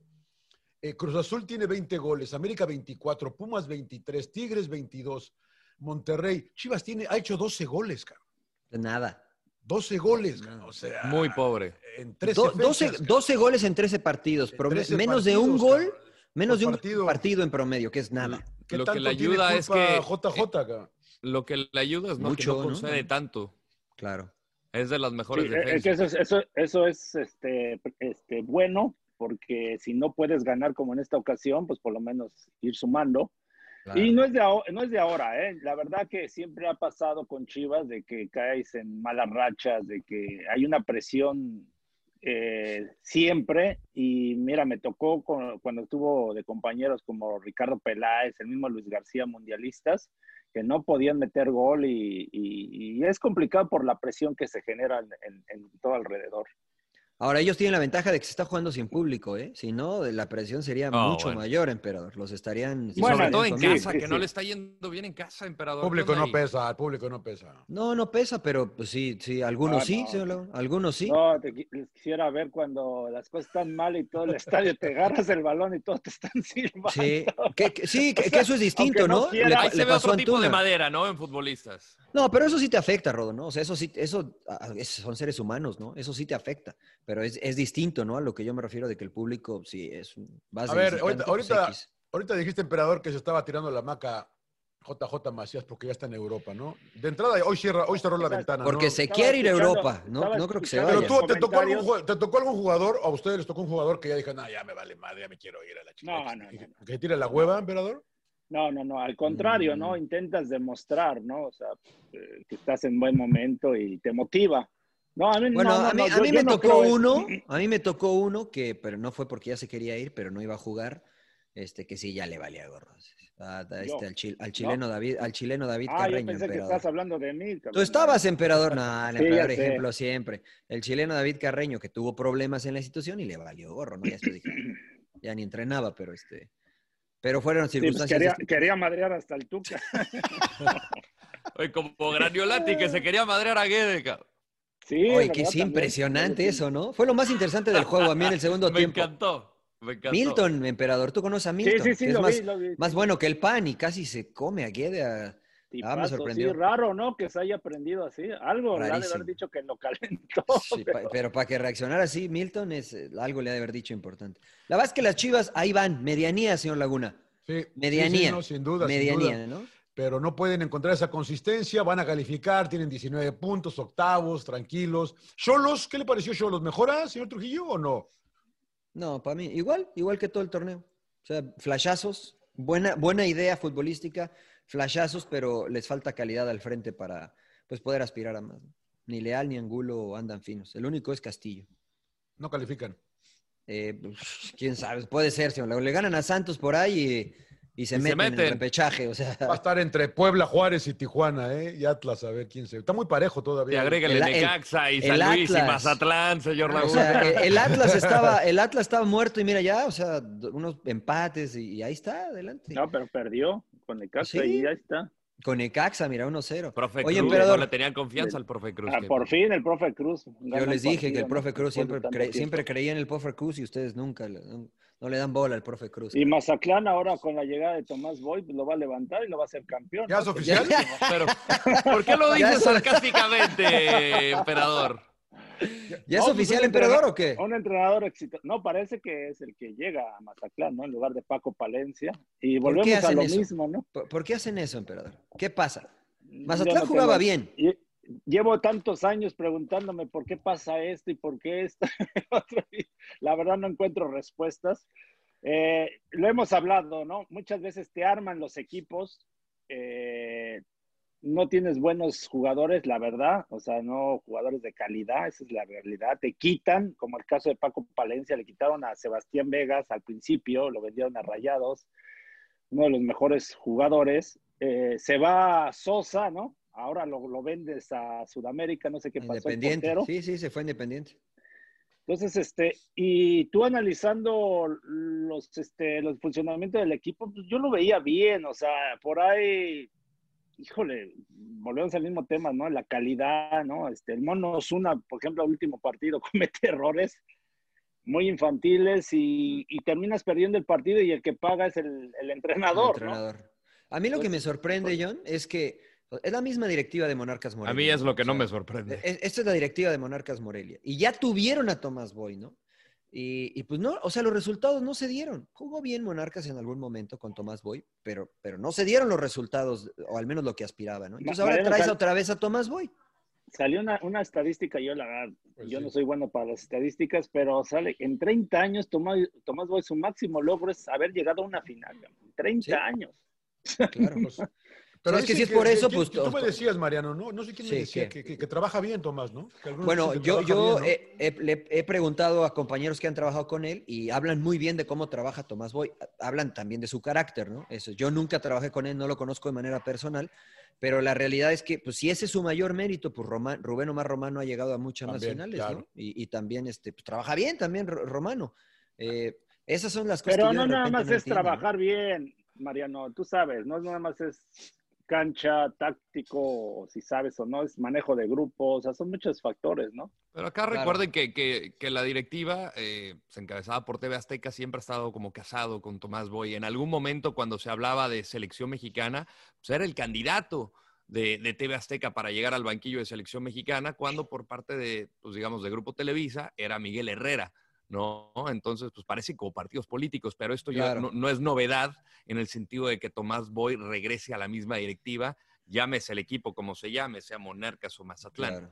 eh, Cruz Azul tiene 20 goles, América 24, Pumas 23, Tigres 22, Monterrey, Chivas tiene, ha hecho 12 goles, cabrón. De nada. 12 goles, cabrón. O sea, Muy pobre. en 13 Do- fechas, 12, 12 goles en 13 partidos, prome- 13 menos de un partidos, gol, menos de un partido en promedio, que es nada. Lo que le ayuda es que. eh, JJ, cabrón? Lo que le ayuda es no, Mucho, que ¿no? no concede tanto. Claro. Es de las mejores Sí, e-, defensas. es que eso, es- eso, eso es este, este, bueno, porque si no puedes ganar como en esta ocasión, pues por lo menos ir sumando. Claro. Y no es de, aho- no es de ahora, ¿eh? la verdad que siempre ha pasado con Chivas de que caes en malas rachas, de que hay una presión eh, siempre. Y mira, me tocó con- cuando estuvo de compañeros como Ricardo Peláez, el mismo Luis García, mundialistas, que no podían meter gol y, y- y es complicado por la presión que se genera en, en- en todo alrededor. Ahora ellos tienen la ventaja de que se está jugando sin público, ¿eh? Si no, de la presión sería No, mucho bueno. mayor, emperador. Los estarían. Y sobre estarían todo en comiendo. casa, que no le está yendo bien en casa, emperador. Público ¿Qué onda no pues, ahí? pesa, el público no pesa. No, no pesa, pero pues, sí, sí, algunos Ah, sí, no. señor León, algunos sí. No, te qui- les quisiera ver cuando las cosas están mal y todo el estadio te agarras el balón y todos te están silbando. Sí, que, que- sí, que, que eso es distinto, aunque no ¿no? quiera. Le pa- Ahí le se ve pasó otro a tipo de Antuna. madera, ¿no? En futbolistas. No, pero eso sí te afecta, Rodo, ¿no? O sea, eso sí, eso ah, es- son seres humanos, ¿no? Eso sí te afecta, pero es, es distinto, ¿no? A lo que yo me refiero de que el público sí es. un- vas A de ver, ahorita, visitante, pues, ahorita, X. ahorita dijiste, emperador, que se estaba tirando la maca JJ Macías porque ya está en Europa, ¿no? De entrada, hoy, cierra, hoy cerró la ventana. Porque ¿no? se quiere ir a Europa, no, no creo que se vaya. Pero tú, ¿te tocó, algún, ju- ¿te tocó algún jugador, o a ustedes les tocó un jugador que ya dijo, no, ya me vale madre, ya me quiero ir a la chica? No, no, no. ¿Que se tire la hueva, emperador? No, no, no, al contrario, ¿no? Mm. Intentas demostrar, ¿no? O sea, eh, que estás en buen momento y te motiva. No, a mí, Bueno, no, no, a mí, no, a yo- mí yo me no tocó creo eso. uno, a mí me tocó uno que, pero no fue porque ya se quería ir, pero no iba a jugar, este, que sí ya le valía gorro. Ah, da- Yo. este, al, chil- al ¿No? chileno David, al chileno David Ah, yo Carreño, pensé que emperador. estabas hablando de mí. Tú cabrón. estabas emperador, no, el Sí, ya emperador sé. ejemplo siempre. El chileno David Carreño, que tuvo problemas en la institución y le valió gorro, ¿no? Ya, después dije, ya ni entrenaba, pero este. Pero fueron Sí, pues circunstancias. este, quería, distintas. quería madrear hasta el Tuca. Oye, como Graniolati, que se quería madrear a Guede, cabrón. Oye, que es impresionante eso, ¿no? Fue lo más interesante del juego a mí en el segundo Me tiempo. encantó. Me encantó. Milton, emperador, tú conoces a Milton. sí, sí, que es lo más, vi, lo vi, más bueno que el pan y casi se come a Guede. a- Ah, me Paso, sorprendió. Sí, raro, ¿no? Que se haya aprendido así. Algo, le ha de Rarísimo. haber dicho que lo calentó. Oh, Sí, pa- pero para que reaccionara así, Milton es eh, algo le ha de haber dicho importante. La verdad es que las Chivas ahí van, medianía, señor Laguna. Sí, medianía. sí, sí, no, sin duda. sin Medianía, duda. ¿no? Pero no pueden encontrar esa consistencia, van a calificar, tienen 19 puntos, octavos, tranquilos. Cholos, ¿qué le pareció Cholos? ¿Mejora, señor Trujillo, o no? No, para mí, igual, igual que todo el torneo. O sea, flashazos, buena, buena idea futbolística, flashazos, pero les falta calidad al frente para pues, poder aspirar a más. ¿no? Ni Leal ni Angulo andan finos. El único es Castillo. No califican. Eh, pues, quién sabe, puede ser, si le ganan a Santos por ahí y, y se, Y se meten en meten. el repechaje. O sea, Va a estar entre Puebla, Juárez y Tijuana, ¿eh? Y Atlas, a ver quién se. Está muy parejo todavía. Y agrégale El- el- Necaxa y el San Luis y Atlas. Ah, Mazatlán, señor o Laguna. sea, el, el Atlas estaba, el Atlas estaba muerto y mira ya, o sea, do- unos empates y, y ahí está, adelante. No, pero perdió con el caso Pues Sí. y ya está. Con Ecaxa, mira, 1-0. Profe Cruz, Oye, emperador. no le tenían confianza al profe Cruz. Ah, que- por fin el profe Cruz. gana Yo el les dije partido, que el ¿no? profe Después Cruz de siempre, tanto cre- tiempo. siempre creía en el profe Cruz y ustedes nunca le- no, no le dan bola al profe Cruz. Y Mazatlán ahora con la llegada de Tomás Boy pues, lo va a levantar y lo va a hacer campeón. ¿Ya ¿no? es oficial? Pero, ¿Por qué lo Ya dices es- sarcásticamente, emperador? No, ¿Ya es pues, oficial un emperador o qué? entrenador- Un entrenador exitoso. No, parece que es el que llega a Mazatlán, ¿no? En lugar de Paco Palencia. Y ¿Por qué volvemos a hacen lo eso? mismo, ¿no? ¿Por, por qué hacen eso, emperador? ¿Qué pasa? Yo Mazatlán no jugaba tengo- bien. Lle- Llevo tantos años preguntándome por qué pasa esto y por qué esto. y La verdad no encuentro respuestas. Eh, lo hemos hablado, ¿no? Muchas veces te arman los equipos, eh, no tienes buenos jugadores, la verdad, o sea, no jugadores de calidad, esa es la realidad. Te quitan, como el caso de Paco Palencia, le quitaron a Sebastián Vegas al principio, lo vendieron a Rayados, uno de los mejores jugadores. Eh, se va Sosa, ¿no? Ahora lo, lo vendes a Sudamérica, no sé qué pasó. el Independiente. portero. Sí, sí, se fue independiente. Entonces, este, y tú analizando los, este, los funcionamientos del equipo, pues yo lo veía bien, o sea, por ahí, híjole, volvemos al mismo tema, ¿no? La calidad, ¿no? Este, el Mono Osuna, por ejemplo, al último partido comete errores muy infantiles y, y terminas perdiendo el partido y el que paga es el, el entrenador, El ¿no? pues, entrenador. A mí lo que me sorprende, John, es que es la misma directiva de Monarcas Morelia. A mí es lo que O no sea, me sorprende. E- Esta es la directiva de Monarcas Morelia. Y ya tuvieron a Tomás Boy, ¿no? Y, y pues no, o sea, los resultados no se dieron. Jugó bien Monarcas en algún momento con Tomás Boy, pero, pero no se dieron los resultados, o al menos lo que aspiraba, ¿no? Entonces ahora Mariano traes Cal- otra vez a Tomás Boy. Salió una, una estadística, yo la verdad, Pues yo sí. no soy bueno para las estadísticas, pero sale en 30 años Tomás, Tomás Boy, su máximo logro es haber llegado a una final. cabrón. 30 Sí. años. Claro. Pues, Pero es que dicen si es por eso, que- pues, Tú me to- decías, Mariano, ¿no? No sé quién me Sí, decía, ¿qué? que, que- que trabaja bien, Tomás, ¿no? Que algunos Bueno, dicen que yo, trabaja yo eh, bien, ¿no? he, he- le he preguntado a compañeros que han trabajado con él y hablan muy bien de cómo trabaja Tomás Boy. Hablan también de su carácter, ¿no? Eso. Yo nunca trabajé con él, no lo conozco de manera personal, pero la realidad es que, pues, si ese es su mayor mérito, pues Roma- Rubén Omar Romano ha llegado a muchas También, nacionales, ¿no? claro. Y, y también, este, pues, trabaja bien también Ro- Romano. Eh, esas son las cosas Pero que yo no de nada repente más no es entiendo, ¿no? trabajar bien, Mariano, tú sabes, no nada más es cancha, táctico, si sabes o no, es manejo de grupo, o sea, son muchos factores, ¿no? Pero acá Claro. recuerden que, que- que la directiva, eh, pues, encabezada por TV Azteca, siempre ha estado como casado con Tomás Boy. En algún momento, cuando se hablaba de selección mexicana, pues era el candidato de, de TV Azteca para llegar al banquillo de selección mexicana, cuando por parte de, pues digamos, de Grupo Televisa era Miguel Herrera. No, entonces, pues parece como partidos políticos, pero esto ya Claro. no, no es novedad en el sentido de que Tomás Boy regrese a la misma directiva, llámese el equipo como se llame, sea Monarcas o Mazatlán. Claro.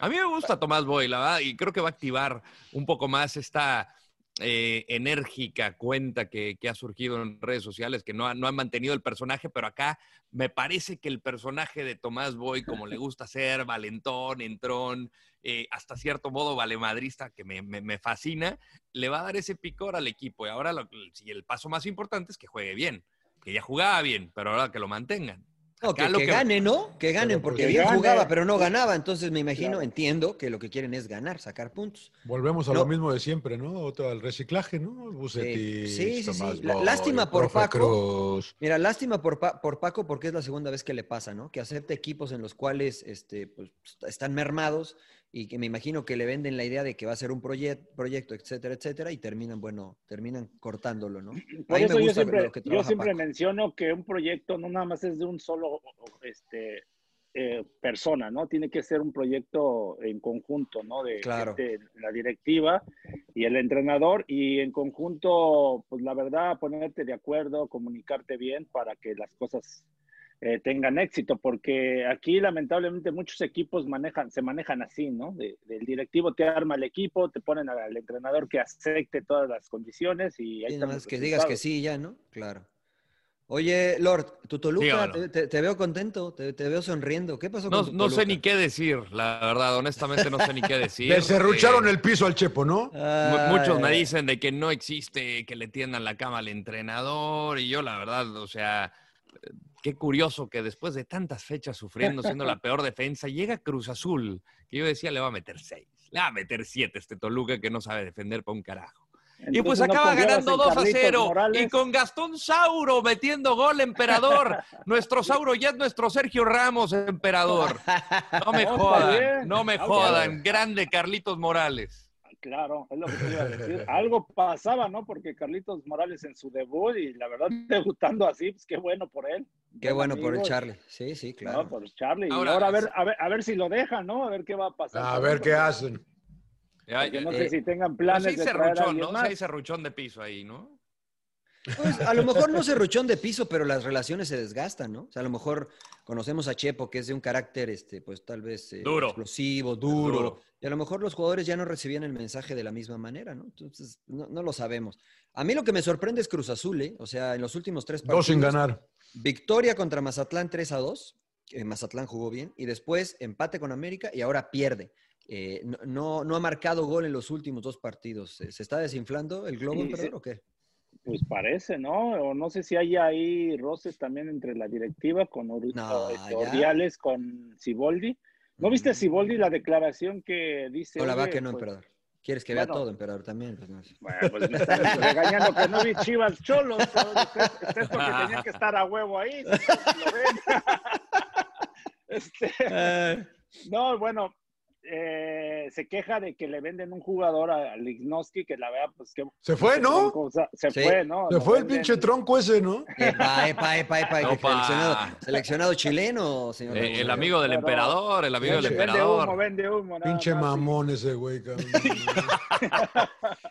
A mí me gusta Tomás Boy, la verdad, y creo que va a activar un poco más esta eh, enérgica cuenta que, que ha surgido en redes sociales, que no, ha- no han mantenido el personaje, pero acá me parece que el personaje de Tomás Boy, como le gusta ser, valentón, entrón, eh, hasta cierto modo valemadrista, que me, me- me fascina, le va a dar ese picor al equipo. Y ahora lo- si el paso más importante es que juegue bien, que ya jugaba bien, pero ahora que lo mantengan. No, que, Acá lo que que- gane, ¿no? Que ganen, Pero, porque que bien pues, gane. jugaba, pero no ganaba. Entonces me imagino, Claro. entiendo que lo que quieren es ganar, sacar puntos. Volvemos a No. lo mismo de siempre, ¿no? Otra, al reciclaje, ¿no? Bucetich, sí, sí, sí. Tomás La- Boy, lástima por profe Paco. Cruz. Mira, lástima por, Pa- por Paco porque es la segunda vez que le pasa, ¿no? Que acepta equipos en los cuales este, pues, est- están mermados y que me imagino que le venden la idea de que va a ser un proye- proyecto, etcétera, etcétera, y terminan, bueno, terminan cortándolo, ¿no? Por A mí eso me yo gusta siempre, lo que yo trabaja siempre Paco. menciono que un proyecto no nada más es de un solo este, eh, persona, ¿no? Tiene que ser un proyecto en conjunto, ¿no? De, Claro. de la directiva y el entrenador y en conjunto, pues la verdad, ponerte de acuerdo, comunicarte bien para que las cosas eh, tengan éxito, porque aquí lamentablemente muchos equipos manejan, se manejan así, ¿no? De- del directivo te arma el equipo, te ponen al entrenador que acepte todas las condiciones y ahí Sí, están nomás los que digas que resultados. sí, ya, ¿no? Claro. Oye, Lord, tu Toluca, Dígamelo. te, te- te veo contento, te, te veo sonriendo. ¿Qué pasó No, con tu no sé Toluca? ni qué decir, la verdad, honestamente no sé ni qué decir. Le cerrucharon el piso al Chepo, ¿no? Eh, mu- muchos me dicen de que no existe que le tiendan la cama al entrenador y yo la verdad, o sea, eh, qué curioso que después de tantas fechas sufriendo, siendo la peor defensa, llega Cruz Azul, que yo decía le va a meter seis, le va a meter siete a este Toluca que no sabe defender para un carajo. y Entonces, pues no acaba confiabas ganando en 2 a Carlitos 0 y Morales. con Gastón Sauro metiendo gol, emperador. nuestro Sauro ya es nuestro Sergio Ramos, emperador. No me No, está jodan, eh. bien. no me Ah, jodan. bueno. Grande Carlitos Morales. Claro, es lo que te iba a decir. Algo pasaba, ¿no? Porque Carlitos Morales en su debut y la verdad debutando así, pues qué bueno por él. Qué bueno por el Amigos. Charlie. Sí, sí, claro. No, por Charlie. Ahora- y ahora a ver, a ver, a ver si lo dejan, ¿no? A ver qué va a pasar. A ver qué hacen. Porque no Eh, sé si tengan Pero planes sí hay de traer a serruchón, alguien ¿no? más. Sí hay serruchón de piso ahí, ¿no? Pues, a lo mejor no serruchón de piso, pero las relaciones se desgastan, ¿no? O sea, a lo mejor conocemos a Chepo, que es de un carácter, este, pues tal vez eh, Duro. explosivo, duro. Duro. Y a lo mejor los jugadores ya no recibían el mensaje de la misma manera, ¿no? Entonces, no, no lo sabemos. A mí lo que me sorprende es Cruz Azul, ¿eh? O sea, en los últimos tres partidos. Dos sin ganar. Victoria contra Mazatlán 3 a 2. Eh, Mazatlán jugó bien. Y después empate con América y ahora pierde. Eh, no, no, no ha marcado gol en los últimos dos partidos. Eh, ¿Se está desinflando el globo, Sí, emperador, sí. o qué? Pues parece, ¿no? O no sé si hay ahí roces también entre la directiva con Ori- No, este, ya. Ordiales, con Siboldi. ¿No viste a Siboldi la declaración que dice? No la va "Oye, que no, pues, emperador. ¿Quieres que vea bueno. todo, emperador, también? Pues, no sé. Bueno, pues me están regañando que no vi Chivas Cholos. pero Ustedes, ustedes porque tenían que estar a huevo ahí. si ustedes lo ven. Este, Eh. no, bueno, eh, se queja de que le venden un jugador a a Lignoski que la verdad, pues que... Se fue, que ¿no? son cosas- Se Sí. fue, ¿no? Se Lo fue el venden- pinche tronco ese, ¿no? Epa, epa, epa, epa, Opa. Seleccionado, seleccionado chileno, señor. Eh, el Laguna. amigo del Pero- emperador, el amigo del Vende Vende humo, emperador. vende humo. nada Pinche más, y- mamón ese güey, cabrón.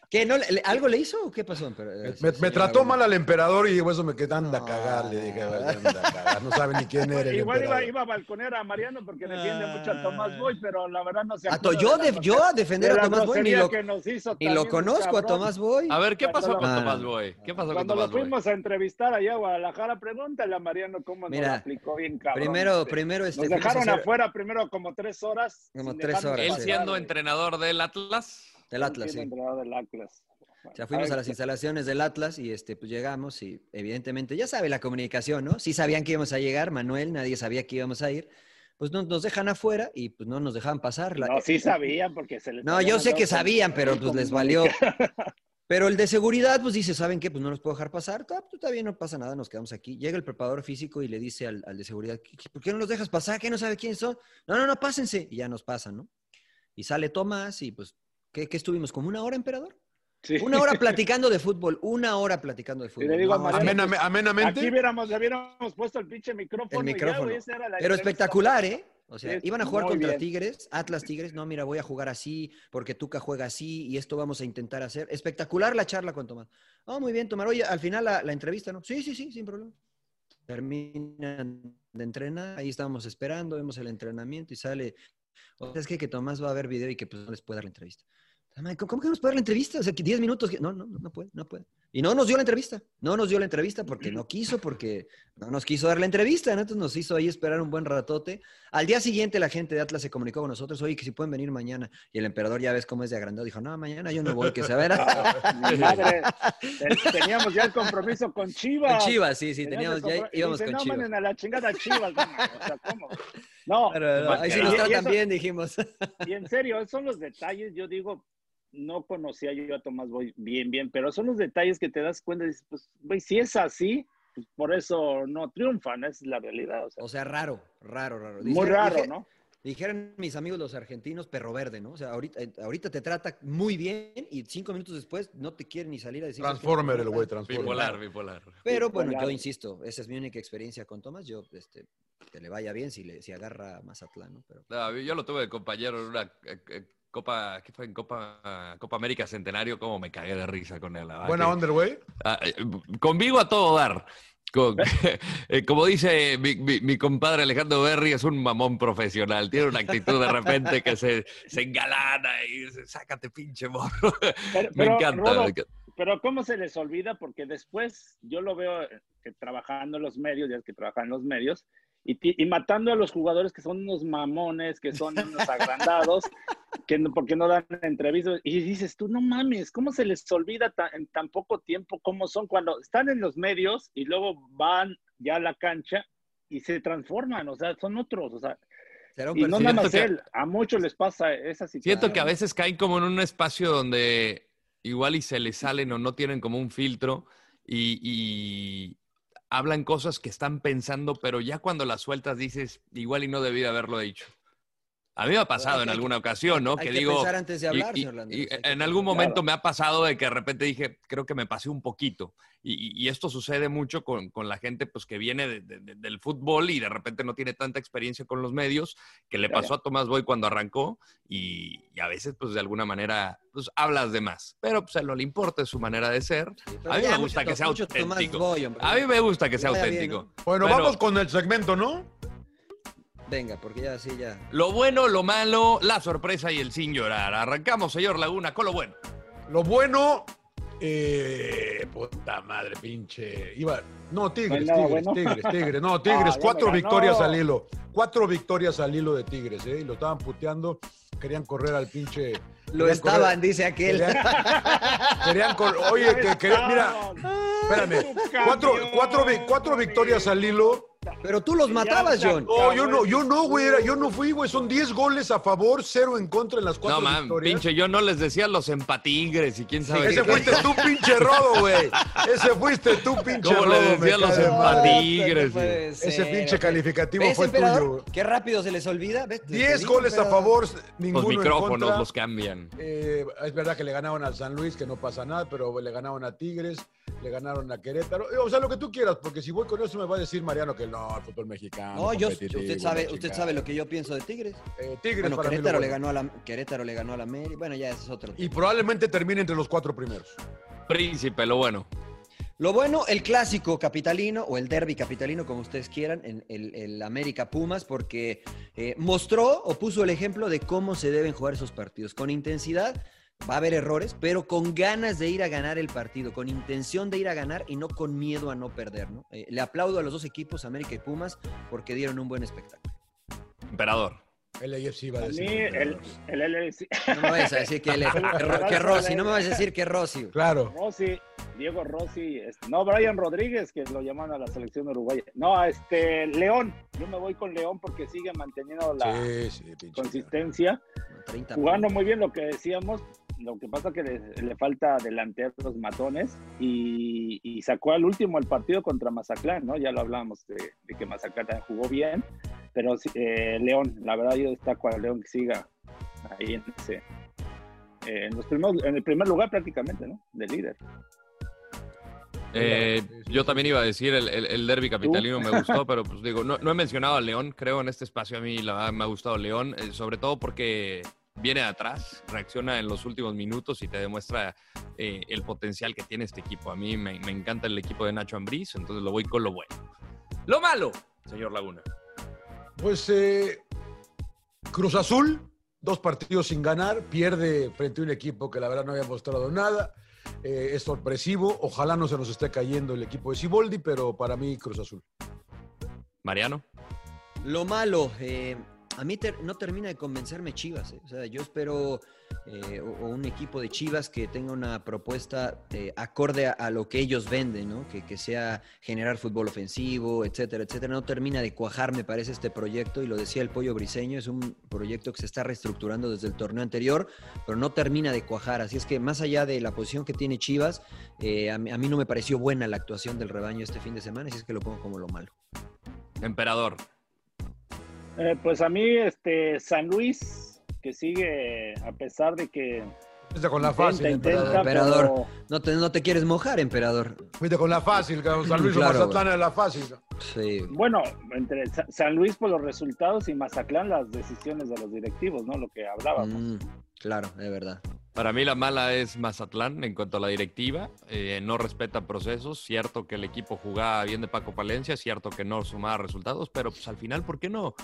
¿Qué, no, le- le- ¿Algo le hizo o qué pasó? emperador? Eh, Me, me Señor trató Laguna. mal al emperador y eso me quedé anda a cagar, le dije, anda a cagar, no sabe ni quién era el Igual iba, emperador. iba a balconear a Mariano porque defiende mucho a Ah. Tomás Boy, pero la verdad no se A Ah, to- acuerda yo, de la de- grosería- yo a defender de a la Tomás Boy ni grosería lo, que nos hizo ni lo también, conozco a cabrón. Tomás Boy. A ver, ¿qué pasó con No, no, Tomás no. Boy? ¿Qué pasó con Cuando lo Tomás Boy? fuimos a entrevistar allá a Guadalajara, pregúntale a Mariano cómo Mira, nos la aplicó bien cabrón. Primero, este. primero, este. nos fuimos a dejaron hacer afuera primero como tres horas. Como sin tres dejarnos horas, Él sí. pasar, siendo güey. entrenador del Atlas. del Atlas, Él siendo sí. entrenador del Atlas. O sea, fuimos ver, a las instalaciones del Atlas y este, pues llegamos y evidentemente, ya sabe la comunicación, ¿no? Sí sabían que íbamos a llegar, Manuel, nadie sabía que íbamos a ir. Pues no, nos dejan afuera y pues no nos dejaban pasar. La- No, sí sabían porque se les No, había yo sé mandado que con- sabían, pero pues con- les valió. Pero el de seguridad, pues dice, ¿saben qué? Pues no los puedo dejar pasar. Ah, pues, está bien, no pasa nada, nos quedamos aquí. Llega el preparador físico y le dice al, al de seguridad, "¿Qué- qué- ¿por qué no los dejas pasar? ¿Qué no sabe quiénes son? No, no, no, pásense. Y ya nos pasan, ¿no? Y sale Tomás y pues, ¿qué, qué estuvimos? ¿Como una hora, emperador? Sí. Una hora platicando de fútbol, una hora platicando de fútbol. le digo a No, Mariano, es que- Amename- Aquí amenamente, hubiéramos, le hubiéramos puesto el pinche micrófono. El y ya, micrófono. güey, esa era la Pero entrevista. espectacular, ¿eh? O Sí, sea, iban a jugar muy contra bien. Tigres, Atlas Tigres, no, mira, voy a jugar así, porque Tuca juega así, y esto vamos a intentar hacer. Espectacular la charla con Tomás. Oh, muy bien, Tomás. Oye, al final la, la entrevista, ¿no? Sí, sí, sí, sin problema. Terminan de entrenar, ahí estábamos esperando, vemos el entrenamiento y sale. O sea, es que, que Tomás va a ver video y que pues, no les puede dar la entrevista. Ah, man, ¿Cómo cómo que no nos puede dar la entrevista? O sea, que 10 minutos. que- No, no, no puede, no puede. Y no nos dio la entrevista. No nos dio la entrevista porque no quiso, porque no nos quiso dar la entrevista. ¿no? Entonces nos hizo ahí esperar un buen ratote. Al día siguiente la gente de Atlas se comunicó con nosotros, oye, que si pueden venir mañana. Y el emperador ya ves cómo es de agrandado, dijo, no, mañana yo no voy, que se verá. Ah, Mi madre, te- teníamos ya el compromiso con Chivas. Con Chivas, sí, sí, teníamos, el ya compro- y íbamos dice, con no, Chivas. manden a la chingada a Chivas. no, man, o sea, ¿cómo? No, Pero, no, ahí sí Y- nos y tratan eso- bien, dijimos. Y en serio, esos son los detalles, yo digo, no conocía yo a Tomás Boy bien, bien, pero son los detalles que te das cuenta y dices, pues, güey, si es así, pues, por eso no triunfan, esa es la realidad. O sea, O sea, raro, raro, raro. Dice- muy raro, dije- ¿no? Dijeron mis amigos los argentinos, perro verde, ¿no? O sea, ahorita, eh, ahorita te trata muy bien y cinco minutos después no te quiere ni salir a decir. Transformer el güey, transformer. Bipolar, bipolar. Pero bueno, bipolar. yo insisto, esa es mi única experiencia con Tomás. Yo, este, que le vaya bien si, le, si agarra Mazatlán, ¿no? Pero... ¿no? Yo lo tuve de compañero en una eh, Copa, ¿qué fue en Copa, Copa América Centenario? ¿Cómo me cagué de risa con él? Buena onda, güey. Ah, eh, Conmigo a todo dar. Con, eh, como dice mi, mi, mi, compadre Alejandro Berry, es un mamón profesional. Tiene una actitud de repente que se, se engalana y dice, sácate pinche morro. Pero, me, pero, encanta, Rodo, me, encanta, Pero ¿cómo se les olvida? Porque después yo lo veo eh, que trabajando en los medios, ya es que trabajan en los medios, y, y, matando a los jugadores que son unos mamones, que son unos agrandados, que no, porque no dan entrevistas. Y dices tú, no mames, ¿cómo se les olvida ta, en tan poco tiempo cómo son cuando están en los medios y luego van ya a la cancha y se transforman? O sea, son otros, o sea. Y no nada más él, a muchos les pasa esa situación. Siento eh, que a veces caen como en un espacio donde igual y se les salen o no tienen como un filtro y, y hablan cosas que están pensando, pero ya cuando las sueltas dices, igual y no debí de haberlo dicho. A mí me ha pasado en alguna ocasión, ¿no? Hay que, que digo, pensar antes de hablar, y, señor pues, Landers, y, y, en algún momento claro. me ha pasado de que de repente dije, creo que me pasé un poquito. Y, esto sucede mucho con, con, la gente pues, que viene de, de, del fútbol y de repente no tiene tanta experiencia con los medios, que le pasó a Tomás Boy cuando arrancó. Y, a veces, pues de alguna manera, pues hablas de más. Pero pues a él no le importa es su manera de ser. Sí, a mí me gusta mucho, que sea auténtico. Boy, a mí me gusta que sea auténtico. Bien, ¿no? Bueno, pero, vamos con el segmento, ¿no? Venga, porque ya sí, ya. Lo bueno, lo malo, la sorpresa y el sin llorar. Arrancamos, señor Laguna, con lo bueno. Lo bueno. Eh, puta madre, pinche. Iba, no, Tigres, bueno, Tigres, bueno. Tigres, Tigres, No, Tigres, ah, cuatro victorias al hilo. Cuatro victorias al hilo de Tigres, ¿eh? Y lo estaban puteando. Querían correr al pinche. Lo estaban, correr, dice aquel. Querían, querían correr. Oye, que querían. Mira, espérame. Cuatro, cuatro, cuatro victorias al hilo. Pero tú los matabas, John. No, yo no, yo no, güey. Era, yo no fui, güey. Son 10 goles a favor, 0 en contra en las cuatro no, man, victorias. pinche, yo no les decía los empatigres y quién sabe. Sí, ese fuiste tú, pinche rodo, güey. Ese fuiste tú, pinche ¿Cómo rodo. les decía los empatigres? No, ese eh, pinche calificativo fue emperador? tuyo. Qué rápido se les olvida. 10 goles emperador. a favor, ninguno Los micrófonos en contra. los cambian. Eh, es verdad que le ganaron al San Luis, que no pasa nada, pero le ganaron a Tigres, le ganaron a Querétaro. O sea, lo que tú quieras, porque si voy con eso me va a decir Mariano que no, el fútbol mexicano. No, yo, usted sabe, usted sabe lo que yo pienso de Tigres. Eh, Tigres bueno, para Querétaro, mí le ganó a la, Querétaro le ganó a la Meri. Bueno, ya ese es otro. Y probablemente termine entre los cuatro primeros. Príncipe, lo bueno. Lo bueno, el clásico capitalino o el derby capitalino, como ustedes quieran, en el, el América Pumas, porque eh, mostró o puso el ejemplo de cómo se deben jugar esos partidos. Con intensidad, va a haber errores, pero con ganas de ir a ganar el partido, con intención de ir a ganar y no con miedo a no perder. ¿no? Eh, le aplaudo a los dos equipos, América y Pumas, porque dieron un buen espectáculo. Emperador. El AFC va a decir. A mí, el, el, el LFC. No me vayas a decir que, el, que, que Rossi, no me vayas a decir que Rossi. Claro. Rossi, Diego Rossi, este, no, Brian Rodríguez, que lo llaman a la selección uruguaya. No, este, León. Yo me voy con León porque sigue manteniendo la sí, sí, consistencia. 30 jugando muy bien lo que decíamos, lo que pasa que le, le falta delanteros matones y, y, sacó al último el partido contra Mazatlán, ¿no? Ya lo hablábamos de, de que Mazatlán jugó bien, pero eh, León, la verdad yo destaco a León que siga ahí en, ese, eh, en, los primeros, en el primer lugar prácticamente, ¿no? De líder. Eh, yo también iba a decir el, el, el derby capitalino me gustó, pero pues digo, no, no, he mencionado a León, creo en este espacio a mí la verdad me ha gustado León, eh, sobre todo porque viene de atrás, reacciona en los últimos minutos y te demuestra eh, el potencial que tiene este equipo. A mí me, me encanta el equipo de Nacho Ambriz, entonces lo voy con lo bueno. Lo malo, señor Laguna. Pues Cruz Azul, dos partidos sin ganar, pierde frente a un equipo que la verdad no había mostrado nada. Eh, es sorpresivo. Ojalá no se nos esté cayendo el equipo de Siboldi, pero para mí Cruz Azul. Mariano. Lo malo, eh, a mí ter no termina de convencerme Chivas. Eh. O sea, yo espero eh, o, o un equipo de Chivas que tenga una propuesta eh, acorde a, a, lo que ellos venden, ¿no? Que, que, sea generar fútbol ofensivo, etcétera, etcétera. No termina de cuajar, me parece, este proyecto. Y lo decía el Pollo Briseño, es un proyecto que se está reestructurando desde el torneo anterior, pero no termina de cuajar. Así es que más allá de la posición que tiene Chivas, eh, a, mí, a, mí, no me pareció buena la actuación del rebaño este fin de semana, así es que lo pongo como lo malo. Emperador. Eh, pues a mí, este, San Luis, que sigue, a pesar de que. Vete con la fácil, emperador. emperador. No, te, no te quieres mojar, emperador. Vete con la fácil, cabrón. San Luis Claro, o Mazatlán es la fácil. Sí. Bueno, entre Sa- San Luis por los resultados y Mazatlán las decisiones de los directivos, ¿no? Lo que hablábamos. Mm, claro, es verdad. Para mí la mala es Mazatlán en cuanto a la directiva. eh, no respeta procesos. Cierto que el equipo jugaba bien de Paco Palencia, cierto que no sumaba resultados, pero pues al final, ¿por qué no?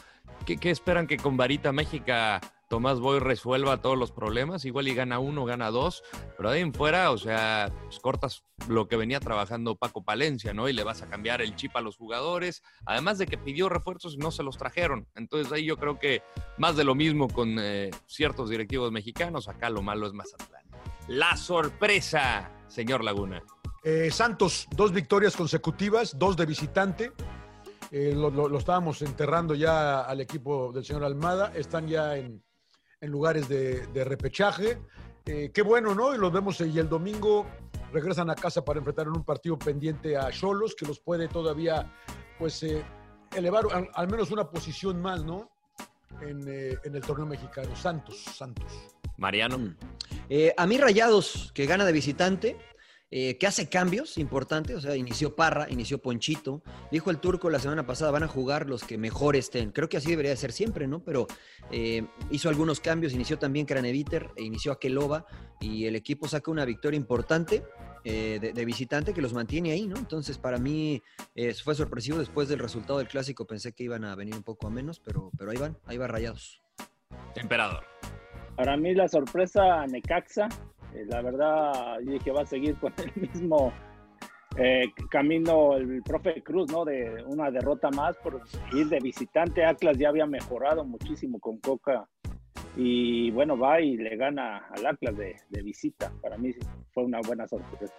¿Qué, qué esperan que con Varita Méxica Tomás Boy resuelva todos los problemas? Igual y gana uno, gana dos, pero de ahí en fuera, o sea, pues cortas lo que venía trabajando Paco Palencia, ¿no? Y le vas a cambiar el chip a los jugadores, además de que pidió refuerzos y no se los trajeron. Entonces ahí yo creo que más de lo mismo con eh, ciertos directivos mexicanos, acá lo malo es Mazatlán. La sorpresa, señor Laguna. Eh, Santos, dos victorias consecutivas, dos de visitante. Eh, lo, lo- lo estábamos enterrando ya al equipo del señor Almada. Están ya en, en lugares de, de repechaje. Eh, qué bueno, ¿no? Y los vemos. eh, Y el domingo regresan a casa para enfrentar en un partido pendiente a Cholos, que los puede todavía, pues, eh, elevar al, al menos una posición más, ¿no? En, eh, en el torneo mexicano. Santos, Santos. Mariano. Eh, a mí Rayados, que gana de visitante, eh, que hace cambios importantes, o sea, inició Parra, inició Ponchito, dijo el turco la semana pasada, van a jugar los que mejor estén. Creo que así debería de ser siempre, ¿no? Pero eh, hizo algunos cambios, inició también Craneviter, e inició Aqueloba, y el equipo saca una victoria importante. eh, de, de visitante que los mantiene ahí, ¿no? Entonces, para mí eh, fue sorpresivo después del resultado del clásico. Pensé que iban a venir un poco a menos, pero, pero ahí van, ahí van rayados. Emperador. Para mí la sorpresa Necaxa, eh, la verdad yo dije va a seguir con el mismo eh, camino el profe Cruz, ¿no? De una derrota más por ir de visitante. Atlas ya había mejorado muchísimo con Coca y bueno, va y le gana al Atlas de, de visita. Para mí fue una buena sorpresa.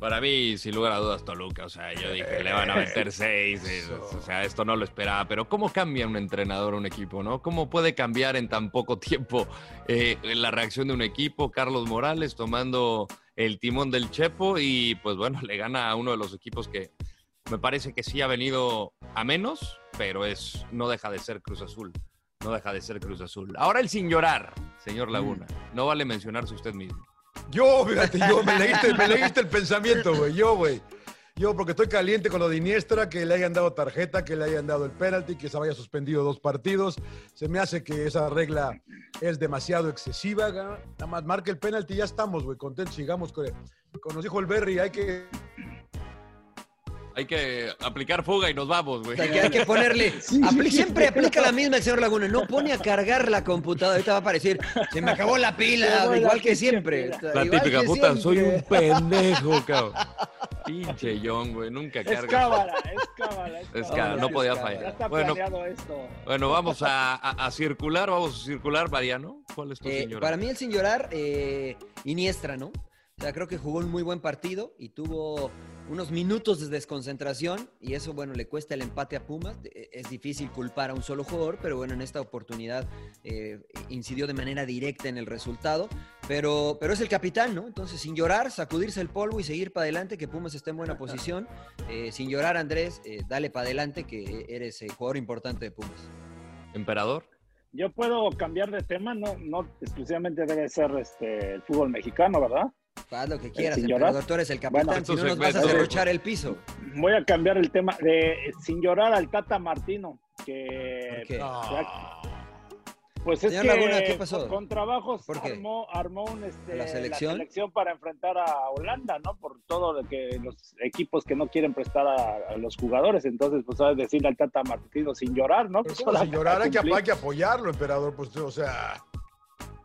Para mí, sin lugar a dudas, Toluca. O sea, yo dije que le van a meter seis. eh, O sea, esto no lo esperaba. Pero ¿cómo cambia un entrenador un equipo, no? ¿Cómo puede cambiar en tan poco tiempo eh, la reacción de un equipo? Carlos Morales tomando el timón del Chepo y, pues bueno, le gana a uno de los equipos que me parece que sí ha venido a menos, pero es no deja de ser Cruz Azul. No deja de ser Cruz Azul. Ahora el sin llorar, señor Laguna. No vale mencionarse usted mismo. Yo, fíjate, yo me leíste, me leíste el pensamiento, güey. Yo, güey. Yo, porque estoy caliente con lo de Iniestra, que le hayan dado tarjeta, que le hayan dado el penalti, que se vaya suspendido dos partidos. Se me hace que esa regla es demasiado excesiva. ga- Nada más marca el penalti y ya estamos, güey. Contentos, sigamos. Con, como nos dijo el Berry, hay que. Hay que aplicar fuga y nos vamos, güey. O sea, que hay que ponerle. apli- siempre aplica la misma el señor Laguna. No pone a cargar la computadora. Ahorita va a aparecer. Se me acabó la Se me pila. acabó igual la que pinche siempre. pila. Está- La igual típica que puta, soy un siempre. pendejo, cabrón. Pinche John, güey, nunca Es carga. cábala, es cábala. Es Es cábala. cábala, no podía Es cábala. fallar. Ya está Bueno. planeado esto. Bueno, vamos a, a- a circular, vamos a circular, Mariano. ¿Cuál es tu Eh, señora? para mí, el sin llorar, eh, Iniestra, ¿no? O sea, creo que jugó un muy buen partido y tuvo unos minutos de desconcentración y eso, bueno, le cuesta el empate a Pumas. Eh, Es difícil culpar a un solo jugador, pero bueno, en esta oportunidad eh, incidió de manera directa en el resultado. Pero, pero es el capitán, ¿no? Entonces, sin llorar, sacudirse el polvo y seguir para adelante, que Pumas esté en buena posición. Eh, sin llorar, Andrés, eh, dale para adelante, que eres eh, jugador importante de Pumas. Emperador. Yo puedo cambiar de tema, no, no exclusivamente debe ser este el fútbol mexicano, ¿verdad? Haz lo que quieras, Eh, sin llorar. emperador, tú eres el capitán, Bueno, si no nos vas a segmento. derrochar el piso. Voy a cambiar el tema de eh, sin llorar al Tata Martino, que ¿Por qué? pues es Señor que Laguna, ¿qué pasó? con- con trabajos ¿Por qué? armó, armó un, este, ¿A la selección? para enfrentar a Holanda, ¿no? Por todo lo que los equipos que no quieren prestar a, a los jugadores, entonces pues sabes decirle al Tata Martino sin llorar, ¿no? Pues, ¿Cómo ahora sin llorar? Hay que, cumplir. hay que apoyarlo, emperador. Pues, o sea.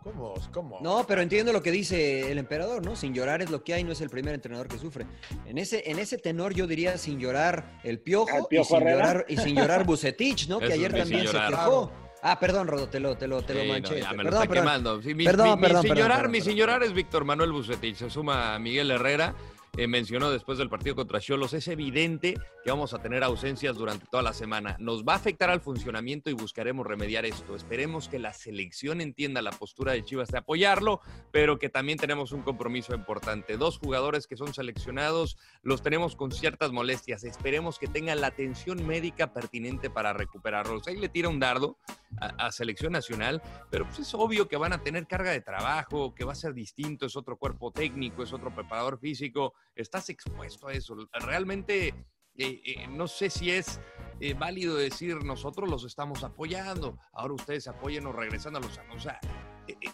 ¿Cómo? ¿Cómo? No, pero entiendo lo que dice el emperador, ¿no? Sin llorar es lo que hay, no es el primer entrenador que sufre. En ese, en ese tenor yo diría sin llorar el piojo, ¿Al Piojo y, sin Herrera? llorar, y sin llorar Bucetich, ¿no? Que Eso ayer es sin también se llorar. quejó. Ah, perdón, Rodo, te lo, te lo, te lo Sí, no, manché. ya me lo perdón, está perdón. quemando. Sí, mi, perdón, mi- mi perdón, sin perdón, llorar, perdón, mi perdón. sin llorar es Víctor Manuel Bucetich. Se suma Miguel Herrera eh, mencionó después del partido contra Cholos, es evidente que vamos a tener ausencias durante toda la semana. Nos va a afectar al funcionamiento y buscaremos remediar esto. Esperemos que la selección entienda la postura de Chivas de apoyarlo, pero que también tenemos un compromiso importante. Dos jugadores que son seleccionados los tenemos con ciertas molestias. Esperemos que tengan la atención médica pertinente para recuperarlos. Ahí le tira un dardo a, a selección nacional, pero pues es obvio que van a tener carga de trabajo, que va a ser distinto, es otro cuerpo técnico, es otro preparador físico, estás expuesto a eso. Realmente, eh, eh, no sé si es eh, válido decir nosotros los estamos apoyando, ahora ustedes apóyennos regresando a los... O sea, e,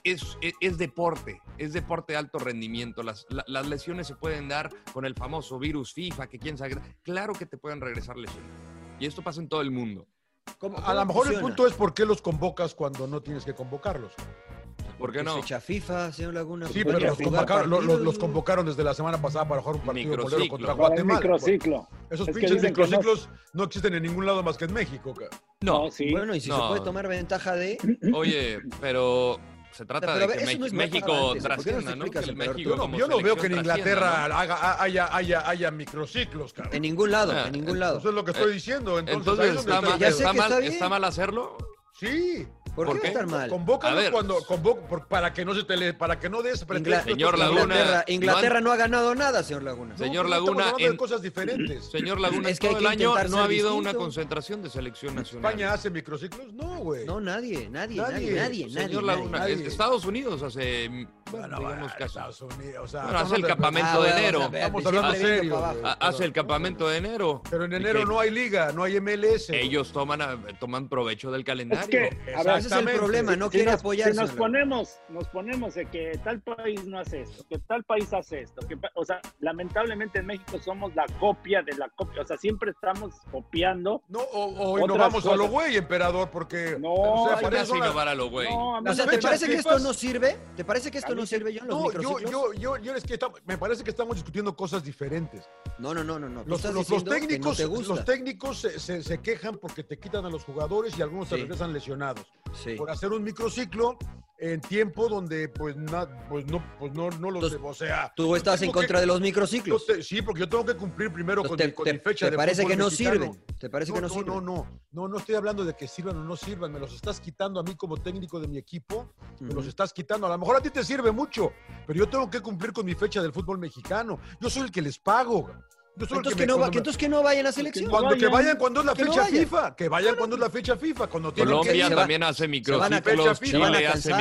es, es, es, deporte, es deporte de alto rendimiento. Las, la, las lesiones se pueden dar con el famoso virus FIFA, que quién sabe. Claro que te pueden regresar lesiones. Y esto pasa en todo el mundo. ¿Cómo, cómo a lo mejor funciona? el punto es por qué los convocas cuando no tienes que convocarlos. ¿Por qué no? Fecha FIFA, señor Laguna. Sí, pero los convocaron, los, los convocaron, desde la semana pasada para jugar un partido bolero contra Guatemala. pues. Microciclo. Esos es pinches microciclos no... no... existen en ningún lado más que en México. Cara. No, sí. Bueno, y si no. se puede tomar ventaja de. Oye, pero se trata pero de que no México trascienda, ¿no? Que México no yo no veo que en Inglaterra ¿no? haga, haya, haya, haya, microciclos, cabrón. En ningún lado, ah, en ningún lado. Eso es lo que estoy eh, diciendo. Entonces, entonces está, mal, está, mal, está, está, mal, hacerlo? Sí. ¿Por, ¿Por qué, estar mal? Convócalo cuando convoca, para que no se tele, para que no des Ingl Señor Laguna, Inglaterra, Inglaterra no, han, no, ha ganado nada, señor Laguna. Señor Laguna, hablando en, de cosas diferentes. Señor Laguna, es que todo el año no ha habido distinto. una concentración de selección nacional. España hace microciclos, no, güey. No, nadie, nadie, nadie, nadie, Señor nadie, Laguna, nadie. Estados Unidos hace mm, bueno, digamos que Estados Unidos, Ah, o sea, bueno, hace el campamento de enero. Estamos hablando serio. Hace el campamento de Eh, enero. Pero en enero no hay liga, no hay MLS. Ellos toman toman provecho del calendario. Ese es el problema, no si quiere nos, apoyarse. Si nos ponemos, nos ponemos de que tal país no hace esto, que tal país hace esto, que, o sea, lamentablemente en México somos la copia de la copia, o sea, siempre estamos copiando. No, o, o innovamos cosas. a lo güey, emperador, porque no, o sea, para eso innovar a lo güey. No, o sea, ¿te parece que esto no sirve? ¿Te parece que esto no sirve, John? Los no, yo, yo, yo, yo es que está, me parece que estamos discutiendo cosas diferentes. No, no, no, no, no. Los, los, los, técnicos, no los técnicos se, se, se, quejan porque te quitan a los jugadores y algunos se sí. regresan lesionados. Sí. por hacer un microciclo en tiempo donde pues, na, pues no pues no no los Entonces, o sea tú estás en contra que, de los microciclos te, sí porque yo tengo que cumplir primero Entonces, con, te, con te, mi fecha te de parece que no mexicano. sirven te parece no, que no, no, sirven no no no no estoy hablando de que sirvan o no sirvan me los estás quitando a mí como técnico de mi equipo me uh -huh. los estás quitando a lo mejor a ti te sirve mucho pero yo tengo que cumplir con mi fecha del fútbol mexicano yo soy el que les pago entonces que, que, no, va, que, entonces que no vayan a selección. Cuando, vayan, que vayan cuando es la fecha no FIFA. Que vayan cuando es la fecha FIFA. Cuando Colombia que también va, hace microciclos. Se van a, se van a cansar, hace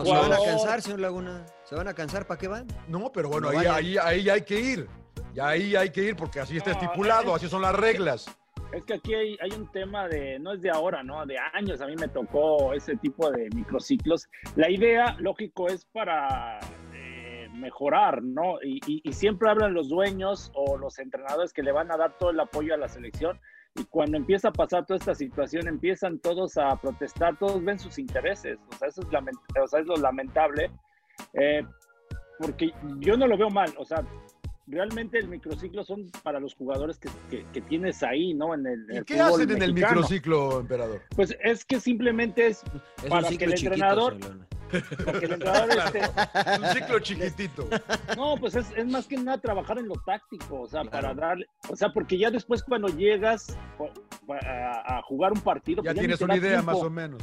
microciclos. Se van a cansar, señor Laguna. ¿Se van a cansar? ¿Para qué van? No, pero bueno, no ahí, ahí, ahí, hay que ir. Y ahí hay que ir porque así está estipulado, así son las reglas. Es que aquí hay, hay, un tema de, no es de ahora, ¿no? De años, a mí me tocó ese tipo de microciclos. La idea, lógico, es para eh, mejorar, ¿no? Y, y, y, siempre hablan los dueños o los entrenadores que le van a dar todo el apoyo a la selección. Y cuando empieza a pasar toda esta situación, empiezan todos a protestar, todos ven sus intereses. O sea, eso es, lament o sea, es lo lamentable. Eh, porque yo no lo veo mal. O sea, realmente el microciclo son para los jugadores que, que, que tienes ahí, ¿no? En el, ¿Y el qué hacen en mexicano. el microciclo, emperador? Pues es que simplemente es, es para que el chiquito, entrenador. Porque el entrenador este, un ciclo chiquitito. No, pues es, es, más que nada trabajar en lo táctico, o sea, claro. para darle, o sea, porque ya después cuando llegas a, a jugar un partido, ya, pues ya tienes una idea tiempo. más o menos.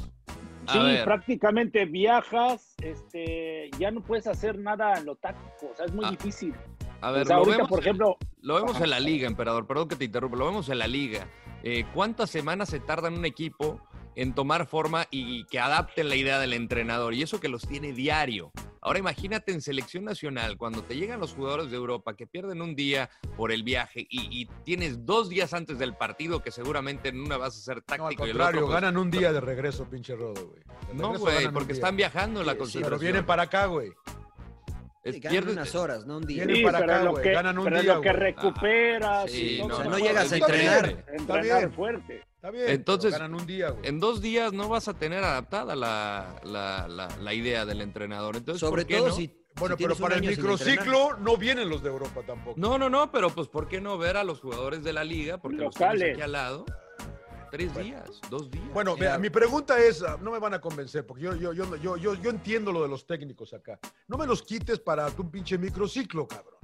Sí, prácticamente viajas, este, ya no puedes hacer nada en lo táctico, o sea, es muy ah. difícil. A ver, o sea, lo, ahorita, vemos, por ejemplo, lo vemos en la liga, emperador, perdón que te interrumpa, lo vemos en la liga. Eh, ¿Cuántas semanas se tarda en un equipo en tomar forma y que adapten la idea del entrenador? Y eso que los tiene diario. Ahora imagínate en selección nacional, cuando te llegan los jugadores de Europa que pierden un día por el viaje y, y tienes dos días antes del partido que seguramente en una vas a ser táctico. No, al contrario, y el otro, pues, ganan un día de regreso, pinche rodo, güey. No, güey, porque están viajando en la concentración. Sí, pero vienen para acá, güey. Es, ganan pierdes, unas horas, no un día. Sí, para pero acá, lo que, ganan un pero día, lo que recuperas. Ah, sí, no, o sea, no, no llegas a entrenar. Bien, entrenar bien, fuerte. Está bien, Entonces, ganan un día, güey. en dos días no vas a tener adaptada la, la, la, la idea del entrenador. Entonces, Sobre ¿por qué todo no? si bueno, si pero para el microciclo no vienen los de Europa tampoco. No, no, no, pero pues ¿por qué no ver a los jugadores de la liga? Porque Locales. los tienes aquí al lado. Tres bueno. días, dos días. Bueno, mira, mi pregunta es, ah, no me van a convencer, porque yo, yo, yo, yo, yo, yo entiendo lo de los técnicos acá. No me los quites para tu pinche microciclo, cabrón.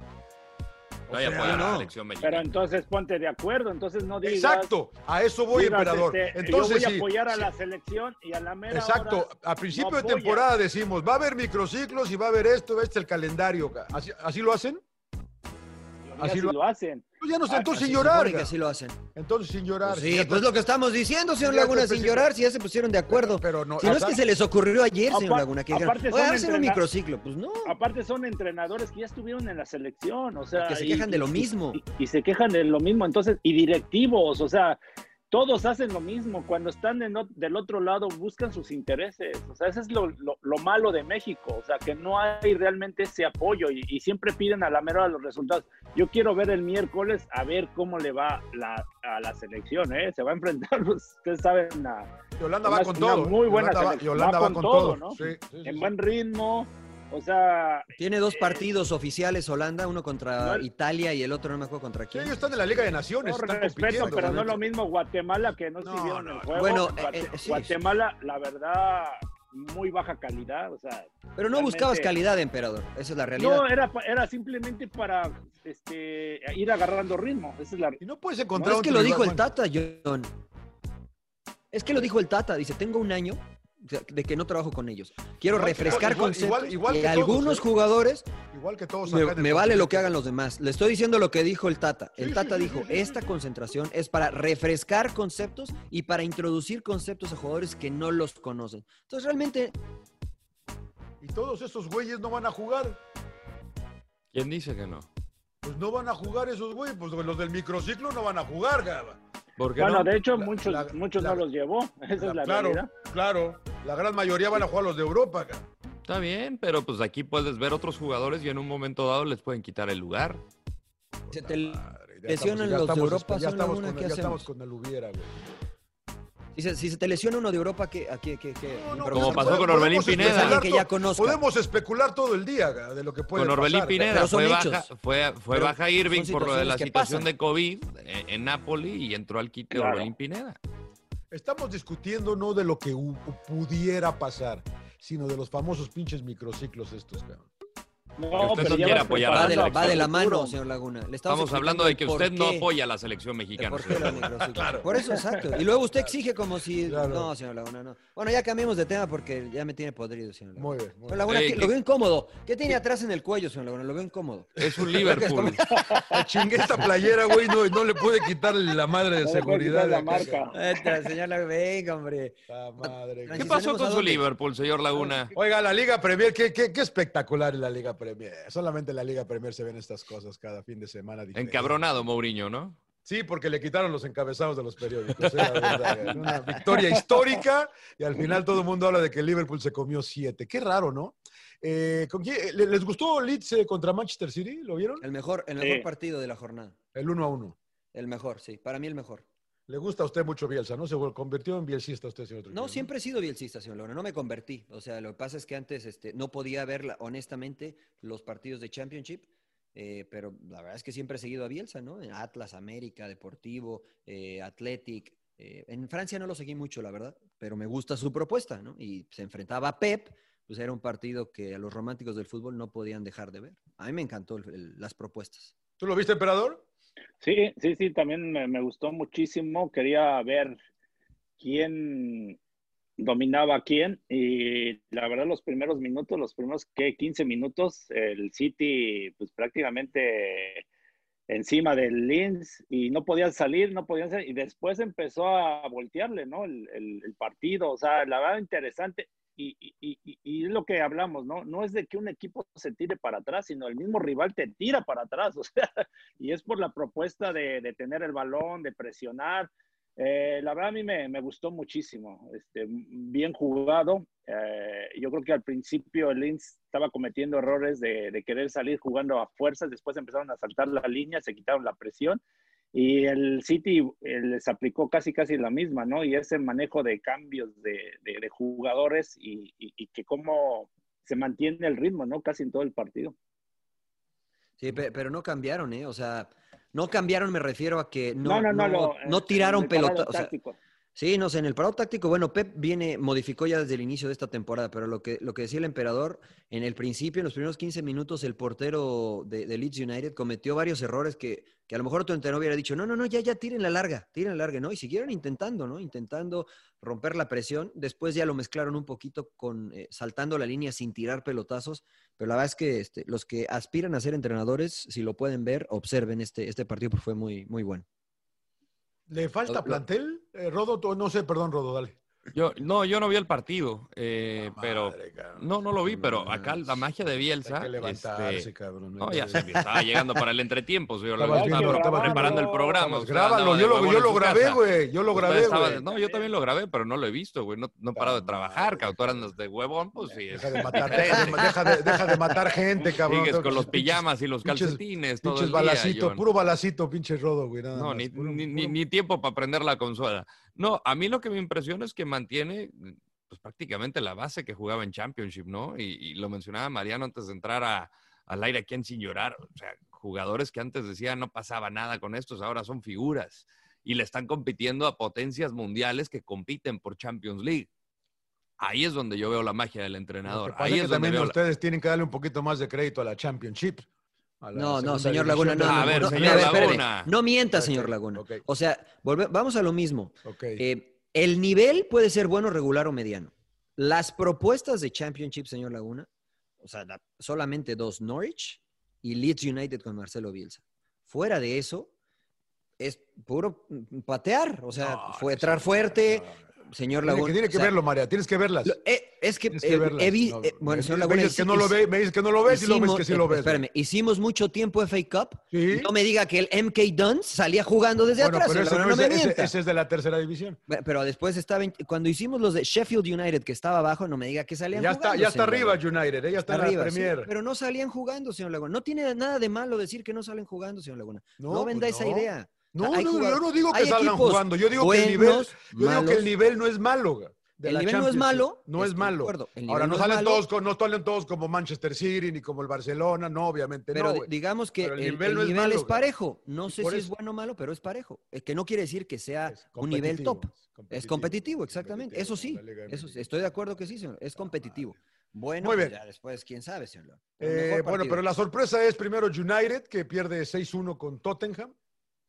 No hay sea, apoyo a la no. selección mexicana. Pero entonces ponte de acuerdo, entonces no digas. Exacto, a eso voy, digas, emperador. este, Entonces, yo voy sí, a apoyar a sí. la selección y a la mera Exacto, hora a principio no de apoyas. temporada decimos, va a haber microciclos y va a haber esto, va a estar el calendario. ca- ¿Así, así lo hacen? Y así lo, hacen. Pues ya no sé, Ah, entonces Se sin supone llorar. que así lo hacen. Entonces sin llorar. Pues sí, pues lo que estamos diciendo, señor Ya está Laguna, sin específico. llorar, si ya se pusieron de acuerdo. Pero no, si no es acá- que se les ocurrió ayer, Apar- señor Laguna, que dijeron, aparte "Oye, son a hacer un entrena- microciclo. Pues no, Ah, Aparte son entrenadores que ya estuvieron en la selección, o sea, que se y- quejan de lo y- mismo. y se quejan de lo mismo, entonces, y directivos, o sea, todos hacen lo mismo, cuando están en ot- del otro lado buscan sus intereses, o sea, eso es lo, lo- lo malo de México, o sea, que no hay realmente ese apoyo y, y siempre piden a la mera hora los resultados. Yo quiero ver el miércoles a ver cómo le va la- a la selección, ¿eh? Se va a enfrentar, ustedes saben, a Yolanda va una- con una todo. muy buena Yolanda va, selección, Yolanda va con, todo. ¿no? Sí, sí, sí, en sí. buen ritmo, o sea, pues, tiene eh, dos partidos oficiales Holanda, uno no- contra Italia y el otro no me acuerdo contra Sí, quién. ellos están en la Liga de Naciones. Con están respeto, compitiendo. pero no es lo mismo Guatemala que no, No, siguieron no, el juego. bueno, Guate- eh, eh, sí. Guatemala, la verdad, muy baja calidad. O sea, Pero no realmente- buscabas calidad, emperador. Esa es la realidad. No, era, pa- era simplemente para este, ir agarrando ritmo. Esa es la. Y no puedes encontrar. es un que lo rival, dijo el bueno. Tata, John. Es que lo dijo el Tata. Dice, tengo un año de de que no trabajo con ellos. Quiero Igual que- refrescar igual- conceptos. igual- igual y que todos, algunos ¿eh? jugadores Igual que todos. acá me, en el me vale lo continente. que hagan los demás. Le estoy diciendo lo que dijo el Tata. Sí, El sí, Tata sí, dijo, sí, sí, sí. esta concentración es para refrescar conceptos y para introducir conceptos a jugadores que no los conocen. Entonces realmente Y todos esos güeyes no van a jugar. ¿Quién dice que no? Pues no van a jugar esos güeyes. Pues los del microciclo no van a jugar, gaba. ¿Por qué Bueno, no? de hecho, La- muchos, la- muchos la- no los llevó. Esa es la claro, realidad. claro. La gran mayoría van a jugar los de Europa, gaba. Está bien, pero pues aquí puedes ver otros jugadores y en un momento dado les pueden quitar el lugar. se te Madre, ya Lesionan estamos- los de estamos- Europa, ya son estamos alguna, con el- ¿qué ya estamos hacemos? con el hubiera, güey. Si se, si se te lesiona uno de Europa, ¿qué? ¿A qué- qué- qué? No, no, Pero Como podemos- pasó con podemos Orbelín Pineda. especular Alguien que ya to- conozca. Podemos especular todo el día gaba, de lo que puede Con Orbelín pasar. Pineda pero son fue baja, hechos. fue, fue Pero baja Irving son por lo de la situaciones que situación pasan. de COVID eh, en, en Napoli y entró al quite Claro. Orbelín Pineda. Estamos discutiendo no de lo que hu- pudiera pasar, sino de los famosos pinches microciclos estos, cabrón. Que usted no ya quiere vas apoyar a va, la preparando de la, va selección. de la mano, futuro. señor Laguna. Le estamos Estamos hablando de que usted explicando el no por qué. apoya a la selección ¿De mexicana. ¿Por qué señor los Laguna. microciclos? Claro. Por eso, exacto. Y luego usted exige como si... Claro. No, señor Laguna, no. Bueno, ya cambiemos de tema porque ya me tiene podrido, señor Laguna. Muy bien. muy Señor bien. Laguna, Sí, ¿qué- que- lo veo incómodo. ¿Qué tiene atrás en el cuello, señor Laguna? Lo veo incómodo. Es un Liverpool. Me chingué esta playera, güey, no, no le pude quitar la madre de No le puedes seguridad. quitar la acá, marca. Entra, señor Laguna, venga, hombre. La madre. ¿Qué Si pasó tenemos con a su dónde. Liverpool, señor Laguna? Oiga, la Liga Premier, qué, qué, qué espectacular es la Liga Premier. Solamente en la Liga Premier se ven estas cosas cada fin de semana. diferente. Encabronado, Mourinho, ¿no? Sí, porque le quitaron los encabezados de los periódicos. era verdad. Una victoria histórica y al final todo el mundo habla de que Liverpool se comió siete. Qué raro, ¿no? Eh, ¿con quién- le- ¿Les gustó Leeds eh, contra Manchester City? ¿Lo vieron? El mejor, el mejor Sí. partido de la jornada. El 1 a 1. El mejor, sí. Para mí el mejor. Le gusta a usted mucho Bielsa, ¿no? Se vol- convirtió en bielsista usted, señor Trujillo, No, siempre he sido bielcista, señor Laguna. No me convertí. O sea, lo que pasa es que antes este, no podía ver, la- honestamente, los partidos de Championship. eh, pero la verdad es que siempre he seguido a Bielsa, ¿no? En Atlas, América, Deportivo, eh, Athletic. eh, en Francia no lo seguí mucho, la verdad, pero me gusta su propuesta, ¿no? Y se enfrentaba a Pep, pues era un partido que a los románticos del fútbol no podían dejar de ver. A mí me encantó el- el- las propuestas. ¿Tú lo viste, emperador? Sí, sí, sí, también me, me gustó muchísimo. Quería ver quién dominaba a quién. Y la verdad, los primeros minutos, los primeros ¿qué? 15 minutos, el City, pues prácticamente encima del Linz y no podían salir, no podían salir. Y después empezó a voltearle, ¿no? El, el- el partido, o sea, la verdad, interesante. Y, y- y- y- y es lo que hablamos, ¿no? No es de que un equipo se tire para atrás, sino el mismo rival te tira para atrás, o sea, y es por la propuesta de, de tener el balón, de presionar. Eh, la verdad a mí me, me gustó muchísimo, este, bien jugado. Eh, yo creo que al principio el Linz estaba cometiendo errores de, de querer salir jugando a fuerzas, después empezaron a saltar la línea, se quitaron la presión y el City eh, les aplicó casi casi la misma, ¿no? Y ese manejo de cambios de, de- de jugadores y, y- y que cómo se mantiene el ritmo, ¿no? Casi en todo el partido. Sí, pe- pero no cambiaron, ¿eh? O sea, no cambiaron, me refiero a que no, No, no, no, no- lo- no el- tiraron el parado pelota. o sea, táctico. Sí, no sé, en el parado táctico, bueno, Pep viene, modificó ya desde el inicio de esta temporada, pero lo que, lo que decía el emperador, en el principio, en los primeros 15 minutos, el portero de, de Leeds United cometió varios errores que, que a lo mejor tu entrenador hubiera dicho, no, no, no, ya, ya, tiren la larga, tiren la larga, ¿no? Y siguieron intentando, ¿no? Intentando romper la presión, después ya lo mezclaron un poquito con eh, saltando la línea sin tirar pelotazos, pero la verdad es que este, los que aspiran a ser entrenadores, si lo pueden ver, observen este, este partido, porque fue muy, muy bueno. ¿Le falta plantel? Eh, Rodo, no sé, perdón, Rodo, dale. Yo, no, yo no vi el partido, eh, madre, pero cabrón. no, no lo vi, pero acá la magia de Bielsa. Mm. Hay que levantarse, este, cabrón. No, ya se estaba llegando para el entretiempo, yo estaba, estaba grabando, preparando el programa. Estaba, grábalo, yo lo, yo lo grabé, güey, yo lo grabé, güey. No, yo también lo grabé, pero no lo he visto, güey, no, no he parado de trabajar, cautoranos de huevón, pues sí. Deja de matar, deja de, deja de matar gente, cabrón. Sigues con los pijamas y los calcetines, todo Pinches balacito, puro balacito, pinche Rodo, güey, No, ni tiempo para prender la consola. No, a mí lo que me impresiona es que mantiene pues, prácticamente la base que jugaba en Championship, ¿no? Y, y lo mencionaba Mariano antes de entrar a, al aire aquí en Sin Llorar. O sea, jugadores que antes decían no pasaba nada con estos, ahora son figuras. Y le están compitiendo a potencias mundiales que compiten por Champions League. Ahí es donde yo veo la magia del entrenador. Ahí es, que donde también veo ustedes la... tienen que darle un poquito más de crédito a la Championship. No, no, señor Laguna, no, a no, ver, no, señor no, Laguna. no mienta, señor Laguna. Okay. O sea, volve, vamos a lo mismo. Okay. Eh, el nivel puede ser bueno, regular o mediano. Las propuestas de Championship, señor Laguna, o sea, la, solamente dos, Norwich y Leeds United con Marcelo Bielsa. Fuera de eso, es puro patear, o sea, fue entrar fuerte, señor Laguna. Tiene que, tiene que o sea, verlo, María, tienes que verlas. Lo, eh, es que, que eh, verlas. Eh, no, bueno, señor Laguna. Me dices, que no lo ve, me dices que no lo ves hicimos, y lo ves que sí lo ves. Espérame, hicimos mucho tiempo FA Cup. ¿Sí? No me diga que el MK Duns salía jugando desde bueno, atrás. Pero ese, no, no me ese, ese, es de la tercera división. Pero, pero después estaba. Cuando hicimos los de Sheffield United, que estaba abajo, no me diga que salían ya jugando. Está, ya está arriba United, ya está, está arriba, la Premier. Sí, pero no salían jugando, señor Laguna. No tiene nada de malo decir que no salen jugando, señor Laguna. No, no venda esa idea. pues No, no, yo no digo que salgan jugando. Yo digo que el nivel, yo digo que el nivel no es malo. De el nivel Champions. no es malo. No es malo. Ahora, no, no salen malo. todos, con, no salen todos como Manchester City ni como el Barcelona, no, obviamente pero no. digamos que pero el, el, nivel, el no es, nivel malo, es, parejo. No sé si eso. es bueno o malo, pero es parejo. Es que no quiere decir que sea un nivel top. Es competitivo, es competitivo exactamente. Competitivo, eso sí. Eso, estoy de acuerdo que sí, señor. Es competitivo. Bueno, pues ya después, quién sabe, señor. Eh, bueno, pero la sorpresa es primero United, que pierde 6-1 con Tottenham.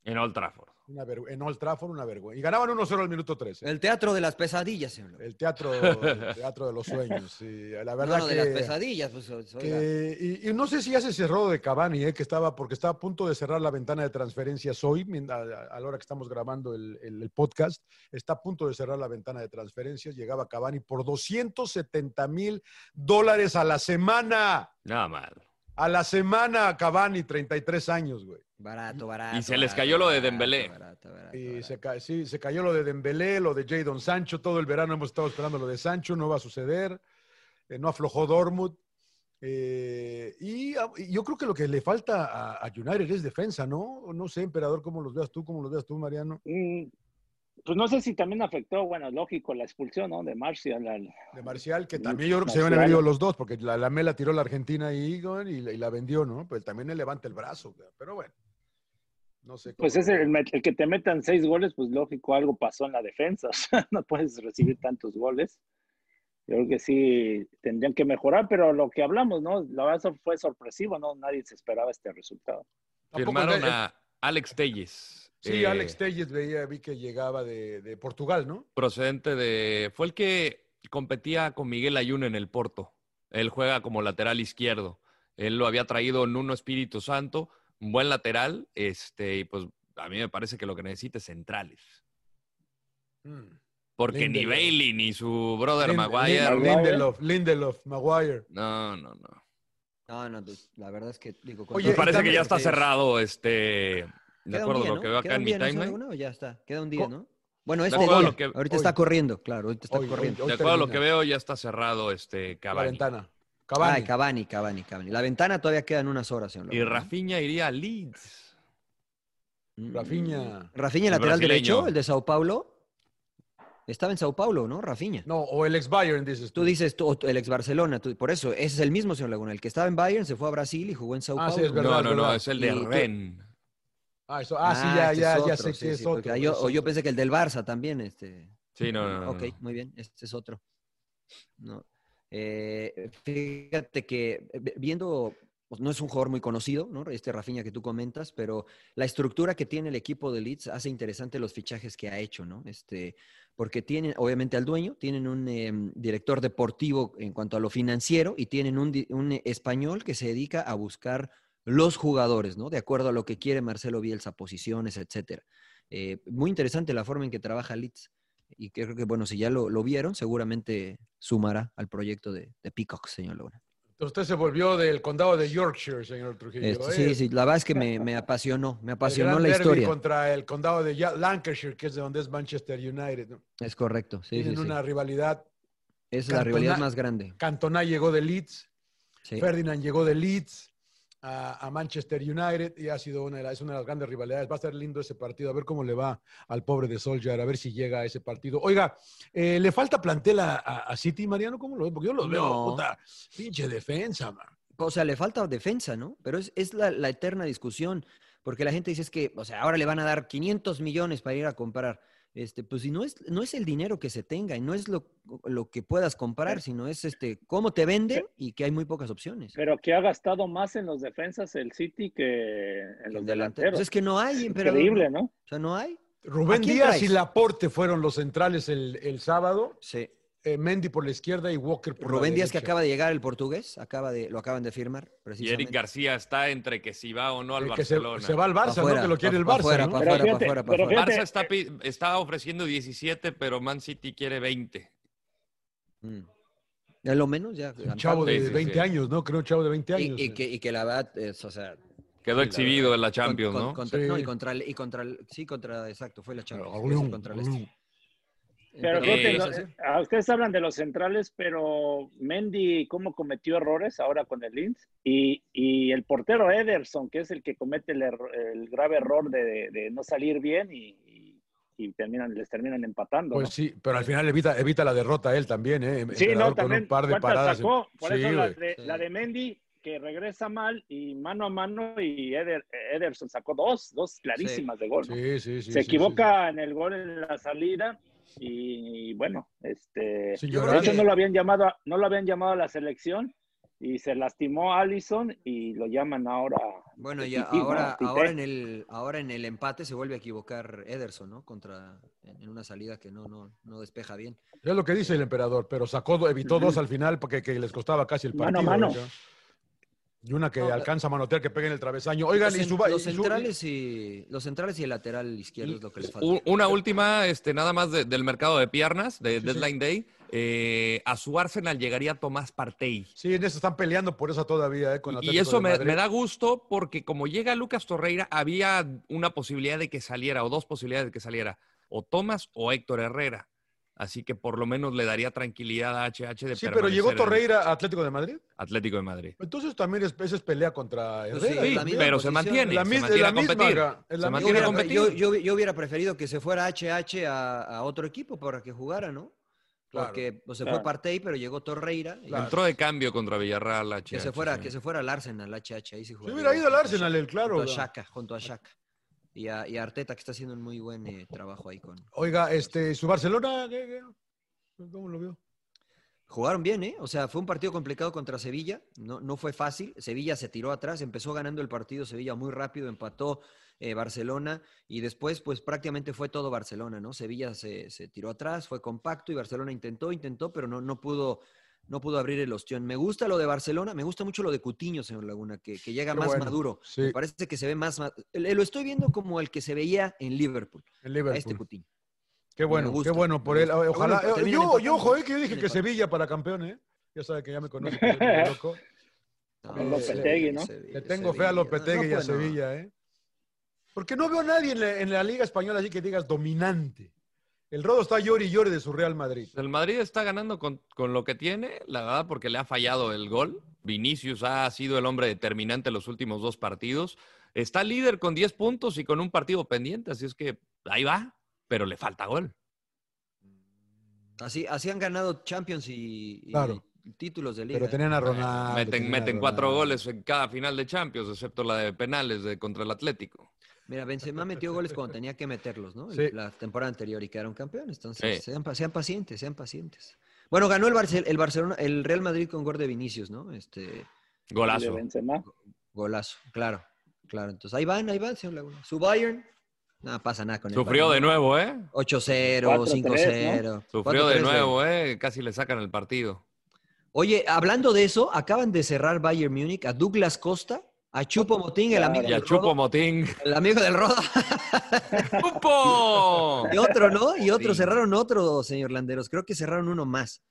En Old Trafford. Una en Old Trafford, una vergüenza. Y ganaban 1-0 al minuto 13. El teatro de las pesadillas, señor. El teatro, el teatro de los sueños. Sí, la verdad no, no, que, de las pesadillas. Pues, que, y, y, no sé si hace ese rodo de Cavani, eh, que estaba, porque estaba a punto de cerrar la ventana de transferencias hoy, a, a la hora que estamos grabando el, el, el, podcast, está a punto de cerrar la ventana de transferencias. Llegaba Cavani por 270 mil dólares a la semana. Nada mal. A la semana, Cavani, 33 años, güey. Barato, barato. Y se barato, les cayó barato, lo de Dembélé. Barato, Ah, y se, ca sí, se cayó lo de Dembélé, lo de Jadon Sancho. Todo el verano hemos estado esperando lo de Sancho. No va a suceder. Eh, no aflojó Dortmund. Eh, y, y, yo creo que lo que le falta a, a, United es defensa, ¿no? No sé, emperador, cómo los veas tú, cómo los veas tú, Mariano. Mm, pues no sé si también afectó, bueno, lógico, la expulsión, ¿no? De Marcial. Al, de Marcial, que también yo creo que Marcial. se van a ido los dos, porque la, la mela tiró a la Argentina y, y, la, y la vendió, ¿no? Pues también le levanta el brazo, pero bueno. No sé pues es el, el, que te metan seis goles, pues lógico, algo pasó en la defensa. O sea, no puedes recibir tantos goles. Yo creo que sí tendrían que mejorar, pero lo que hablamos, ¿no? La verdad fue sorpresivo, ¿no? Nadie se esperaba este resultado. Firmaron a Alex Telles. eh, Sí, eh, Alex Telles veía, vi que llegaba de, de, Portugal, ¿no? Procedente de. Fue el que competía con Miguel Ayun en el Porto. Él juega como lateral izquierdo. Él lo había traído Nuno Espíritu Santo un buen lateral, este, y pues a mí me parece que lo que necesita es centrales. Mm. Porque Lindelof. ni Bailey ni su brother Lind Maguire. Lind Lindelof, Lindelof, Maguire. No, no, no. No, no, la verdad es que digo. Oye, me Pues parece también, que ya está es... cerrado, este. De acuerdo día, ¿no? lo que veo acá en mi timeline. No ya está. Queda un día, ¿no? Bueno, este gol, que... ahorita hoy. está corriendo, claro, ahorita está hoy, corriendo. de acuerdo a lo que veo, ya está cerrado este Cavani. La ventana. Cavani. Ay, Cavani, Cavani, Cavani. La ventana todavía quedan unas horas, señor. Y Rafinha iría a Leeds. Rafinha. Rafinha, Mm, lateral brasileño. derecho, el de Sao Paulo. Estaba en Sao Paulo, ¿no? Rafinha. No, o el ex Bayern, dices tú. Tú dices, tú, o el ex Barcelona. Tú, por eso, ese es el mismo, señor Laguna. El que estaba en Bayern se fue a Brasil y jugó en Sao ah, Paulo. Sí, es verdad, no, no, es verdad. no, es el de y, Ren. Ah, Ah, este eso, ah, ah sí, ya, este ya, otro, ya sé sí, que es sí, otro. Yo, o yo pensé que el del Barça también, este. Sí, no, no, no. Ok, muy bien, este es otro. No. Eh, fíjate que eh, viendo, pues, no es un jugador muy conocido, ¿no? Este Rafinha que tú comentas, pero la estructura que tiene el equipo de Leeds hace interesante los fichajes que ha hecho, ¿no? Este, porque tienen, obviamente, al dueño, tienen un eh, director deportivo en cuanto a lo financiero y tienen un, di- un español que se dedica a buscar los jugadores, ¿no? De acuerdo a lo que quiere Marcelo Bielsa, posiciones, etcétera. Eh, muy interesante la forma en que trabaja Leeds. Y creo que, bueno, si ya lo, lo vieron, seguramente sumará al proyecto de, de Peacock, señor Luna. Usted se volvió del condado de Yorkshire, señor Trujillo. Este, ¿eh? sí, sí, la verdad es que me, me El apasionó, me gran apasionó la derbi historia. contra el condado de Ya- Lancashire, que es de donde es Manchester United. ¿no? Es correcto, sí, sí, Tienen sí. una rivalidad. Es la rivalidad más grande. Cantona llegó de Leeds, Sí. Ferdinand llegó de Leeds a, a Manchester United y ha sido una de, las, es una de las grandes rivalidades. Va a estar lindo ese partido, a ver cómo le va al pobre de Solskjaer, a ver si llega a ese partido. Oiga, eh, ¿le falta plantel a, a- a City, Mariano? ¿Cómo lo ves? Porque yo los veo, No. puta, pinche defensa, man. O sea, le falta defensa, ¿no? Pero es, es la, la eterna discusión, porque la gente dice es que, o sea, ahora le van a dar 500 millones para ir a comprar. Este, pues si no es, no es el dinero que se tenga y no es lo, lo que puedas comprar, sino es este cómo te venden y que hay muy pocas opciones. Pero que ha gastado más en los defensas el City que en los delanteros. Pues es que no hay, emperador. Increíble, ¿no? O sea, no hay. Rubén ¿A quién Díaz traes? y Laporte fueron los centrales el, el sábado. Sí. Eh, Mendy por la izquierda y Walker por la Rubén Díaz que derecha. acaba de llegar, el portugués, acaba de, lo acaban de firmar, Y Eric precisamente. García está entre que si va o no al El Eh, que se- Barcelona. se va al Barça, Pa' fuera, ¿no? Que lo quiere pa- el pa' Barça, fuera, ¿no? pa' Pero fuera, pa' fíjate, fuera, pa' pero fuera. Barça está, pi- está ofreciendo 17, pero Man City quiere 20. Mm. Ya lo menos, ya. Un chavo de 20 años, ¿no? Creo un chavo de 20 Y- años. eh. Y, que, y que la verdad, es, o sea. Quedó sí, la exhibido verdad. en la Champions, Con- ¿no? contra- Sí. no, y contra el, y contra el- sí, contra, exacto, fue la Champions. Pero, fue ese León, contra el León. este. Pero Entonces, fíjate, es lo- eh, así. a ustedes hablan de los centrales, pero Mendy, ¿cómo cometió errores ahora con el Linz? Y, y el portero Ederson, que es el que comete el, erro- el grave error de, de no salir bien y, y- y terminan, les terminan empatando. Pues ¿no? sí, pero al final evita, evita la derrota él también, ¿eh? Sí, Emperador no, con también. un par de ¿cuántas paradas. sacó? Por Sí, eso la güey. de, la de Mendy, que regresa mal y mano a mano, y Eder- Ederson sacó dos, dos clarísimas de gol. ¿no? Sí, sí, sí. Se sí, sí, equivoca en el gol en la salida y, bueno, este Sin de llorar. hecho no lo habían llamado a, no lo habían llamado a la selección y se lastimó Allison y lo llaman ahora. Bueno, de ya Titi, ¿no? ahora, Tite. ahora, en el, ahora en el empate se vuelve a equivocar Ederson, ¿no? Contra, en en una salida que no, no, no despeja bien. Es lo que dice el emperador, pero sacó, do- evitó Ujú. dos al final porque que les costaba casi el Mano partido. a mano. ¿no? Y una que No, la- alcanza a manotear, que pegue en el travesaño. Oigan, los, y cen- su ba- los y su- centrales y los centrales y el lateral izquierdo es lo que le falta. U- Una última, este, nada más de- del mercado de piernas, de Deadline Day. Eh, a su Arsenal llegaría Tomás Partey. Sí, en eso están peleando por eso todavía, ¿eh? Con Y Atlético eso de me, Madrid. me da gusto porque como llega Lucas Torreira, había una posibilidad de que saliera o dos posibilidades de que saliera, o Tomás o Héctor Herrera. Así que por lo menos le daría tranquilidad a HH de Sí, pero llegó permanecer en Torreira a Atlético de Madrid. Atlético de Madrid. Entonces también es, esa es pelea contra Pues Herrera. sí, ¿no? la misma pero se posición. mantiene, La se mis- es mantiene la a misma, competir. ga- es la se misma. Yo mantiene a hubiera, competir. yo- yo- yo hubiera preferido que se fuera HH a, a otro equipo para que jugara, ¿no? Claro, Porque pues, se claro. fue Partey, pero llegó Torreira. y Claro. Entró de cambio contra Villarreal, HH. Que se fuera, sí. que se fuera al Arsenal, HH, ahí sí Si jugaría hubiera ido al junto a Arsenal, Shaka, el claro. Junto a Shaka, junto a Shaka. Y a, y a Arteta, que está haciendo un muy buen eh, trabajo ahí con. Oiga, este, su Barcelona, ¿qué- qué? ¿cómo lo vio? Jugaron bien, ¿eh? O sea, fue un partido complicado contra Sevilla, no, no fue fácil. Sevilla se tiró atrás, empezó ganando el partido Sevilla muy rápido, empató eh, Barcelona y después pues prácticamente fue todo Barcelona, ¿no? Sevilla se, se tiró atrás, fue compacto y Barcelona intentó, intentó, pero no, no pudo. No pudo abrir el ostión. Me gusta lo de Barcelona, me gusta mucho lo de Cutiño, señor Laguna, que, que llega Qué más bueno, maduro. sí. Me parece que se ve más. ma- le- Lo estoy viendo como el que se veía en Liverpool, El a Liverpool. este Cutiño. Qué bueno, gusta, qué bueno por me él. gusta. Pero Ojalá. bueno, eh, terminan yo, empatando. yo, ojo, eh, que yo dije Terminan que empatando. Sevilla para campeón, ¿eh? Ya sabe que ya me conoce, que yo soy medio loco. No, Eh, Lopetegui, ¿no? Sevilla, Le tengo fe a Sevilla. Lopetegui No, y a pues, no. Sevilla, ¿eh? Porque no veo a nadie en la, en la Liga Española así que digas dominante. El Rodo está llori y llore de su Real Madrid. El Madrid está ganando con, con lo que tiene, la verdad, porque le ha fallado el gol. Vinicius ha sido el hombre determinante en los últimos dos partidos. Está líder con 10 puntos y con un partido pendiente, así es que ahí va, pero le falta gol. Así, así han ganado Champions y, y Claro. títulos de liga. Pero tenían a Ah, Ronaldo. meten tenían a meten cuatro Ronaldo. goles en cada final de Champions, excepto la de penales de, contra el Atlético. Mira, Benzema metió goles cuando tenía que meterlos, ¿no? Sí. La temporada anterior y quedaron campeones. Entonces, sí. sean, sean, pacientes, sean pacientes. Bueno, ganó el, Barce el Barcelona, el Real Madrid con gol de Vinicius, ¿no? Este, golazo. Go golazo, claro, claro. Entonces, ahí van, ahí van, señor Laguna. Su Bayern, no pasa nada con Sufrió el de nuevo, ¿eh? 8-0, 5-0. ¿no? Sufrió de nuevo, ¿eh? Casi le sacan el partido. Oye, hablando de eso, acaban de cerrar Bayern Múnich a Douglas Costa, a Chupo Motín, el amigo y a del Chupo Rodo, Motín. El amigo del Roda. ¡Chupo! Y otro, ¿no? Y otro, cerraron otro, señor Landeros. Creo que cerraron uno más.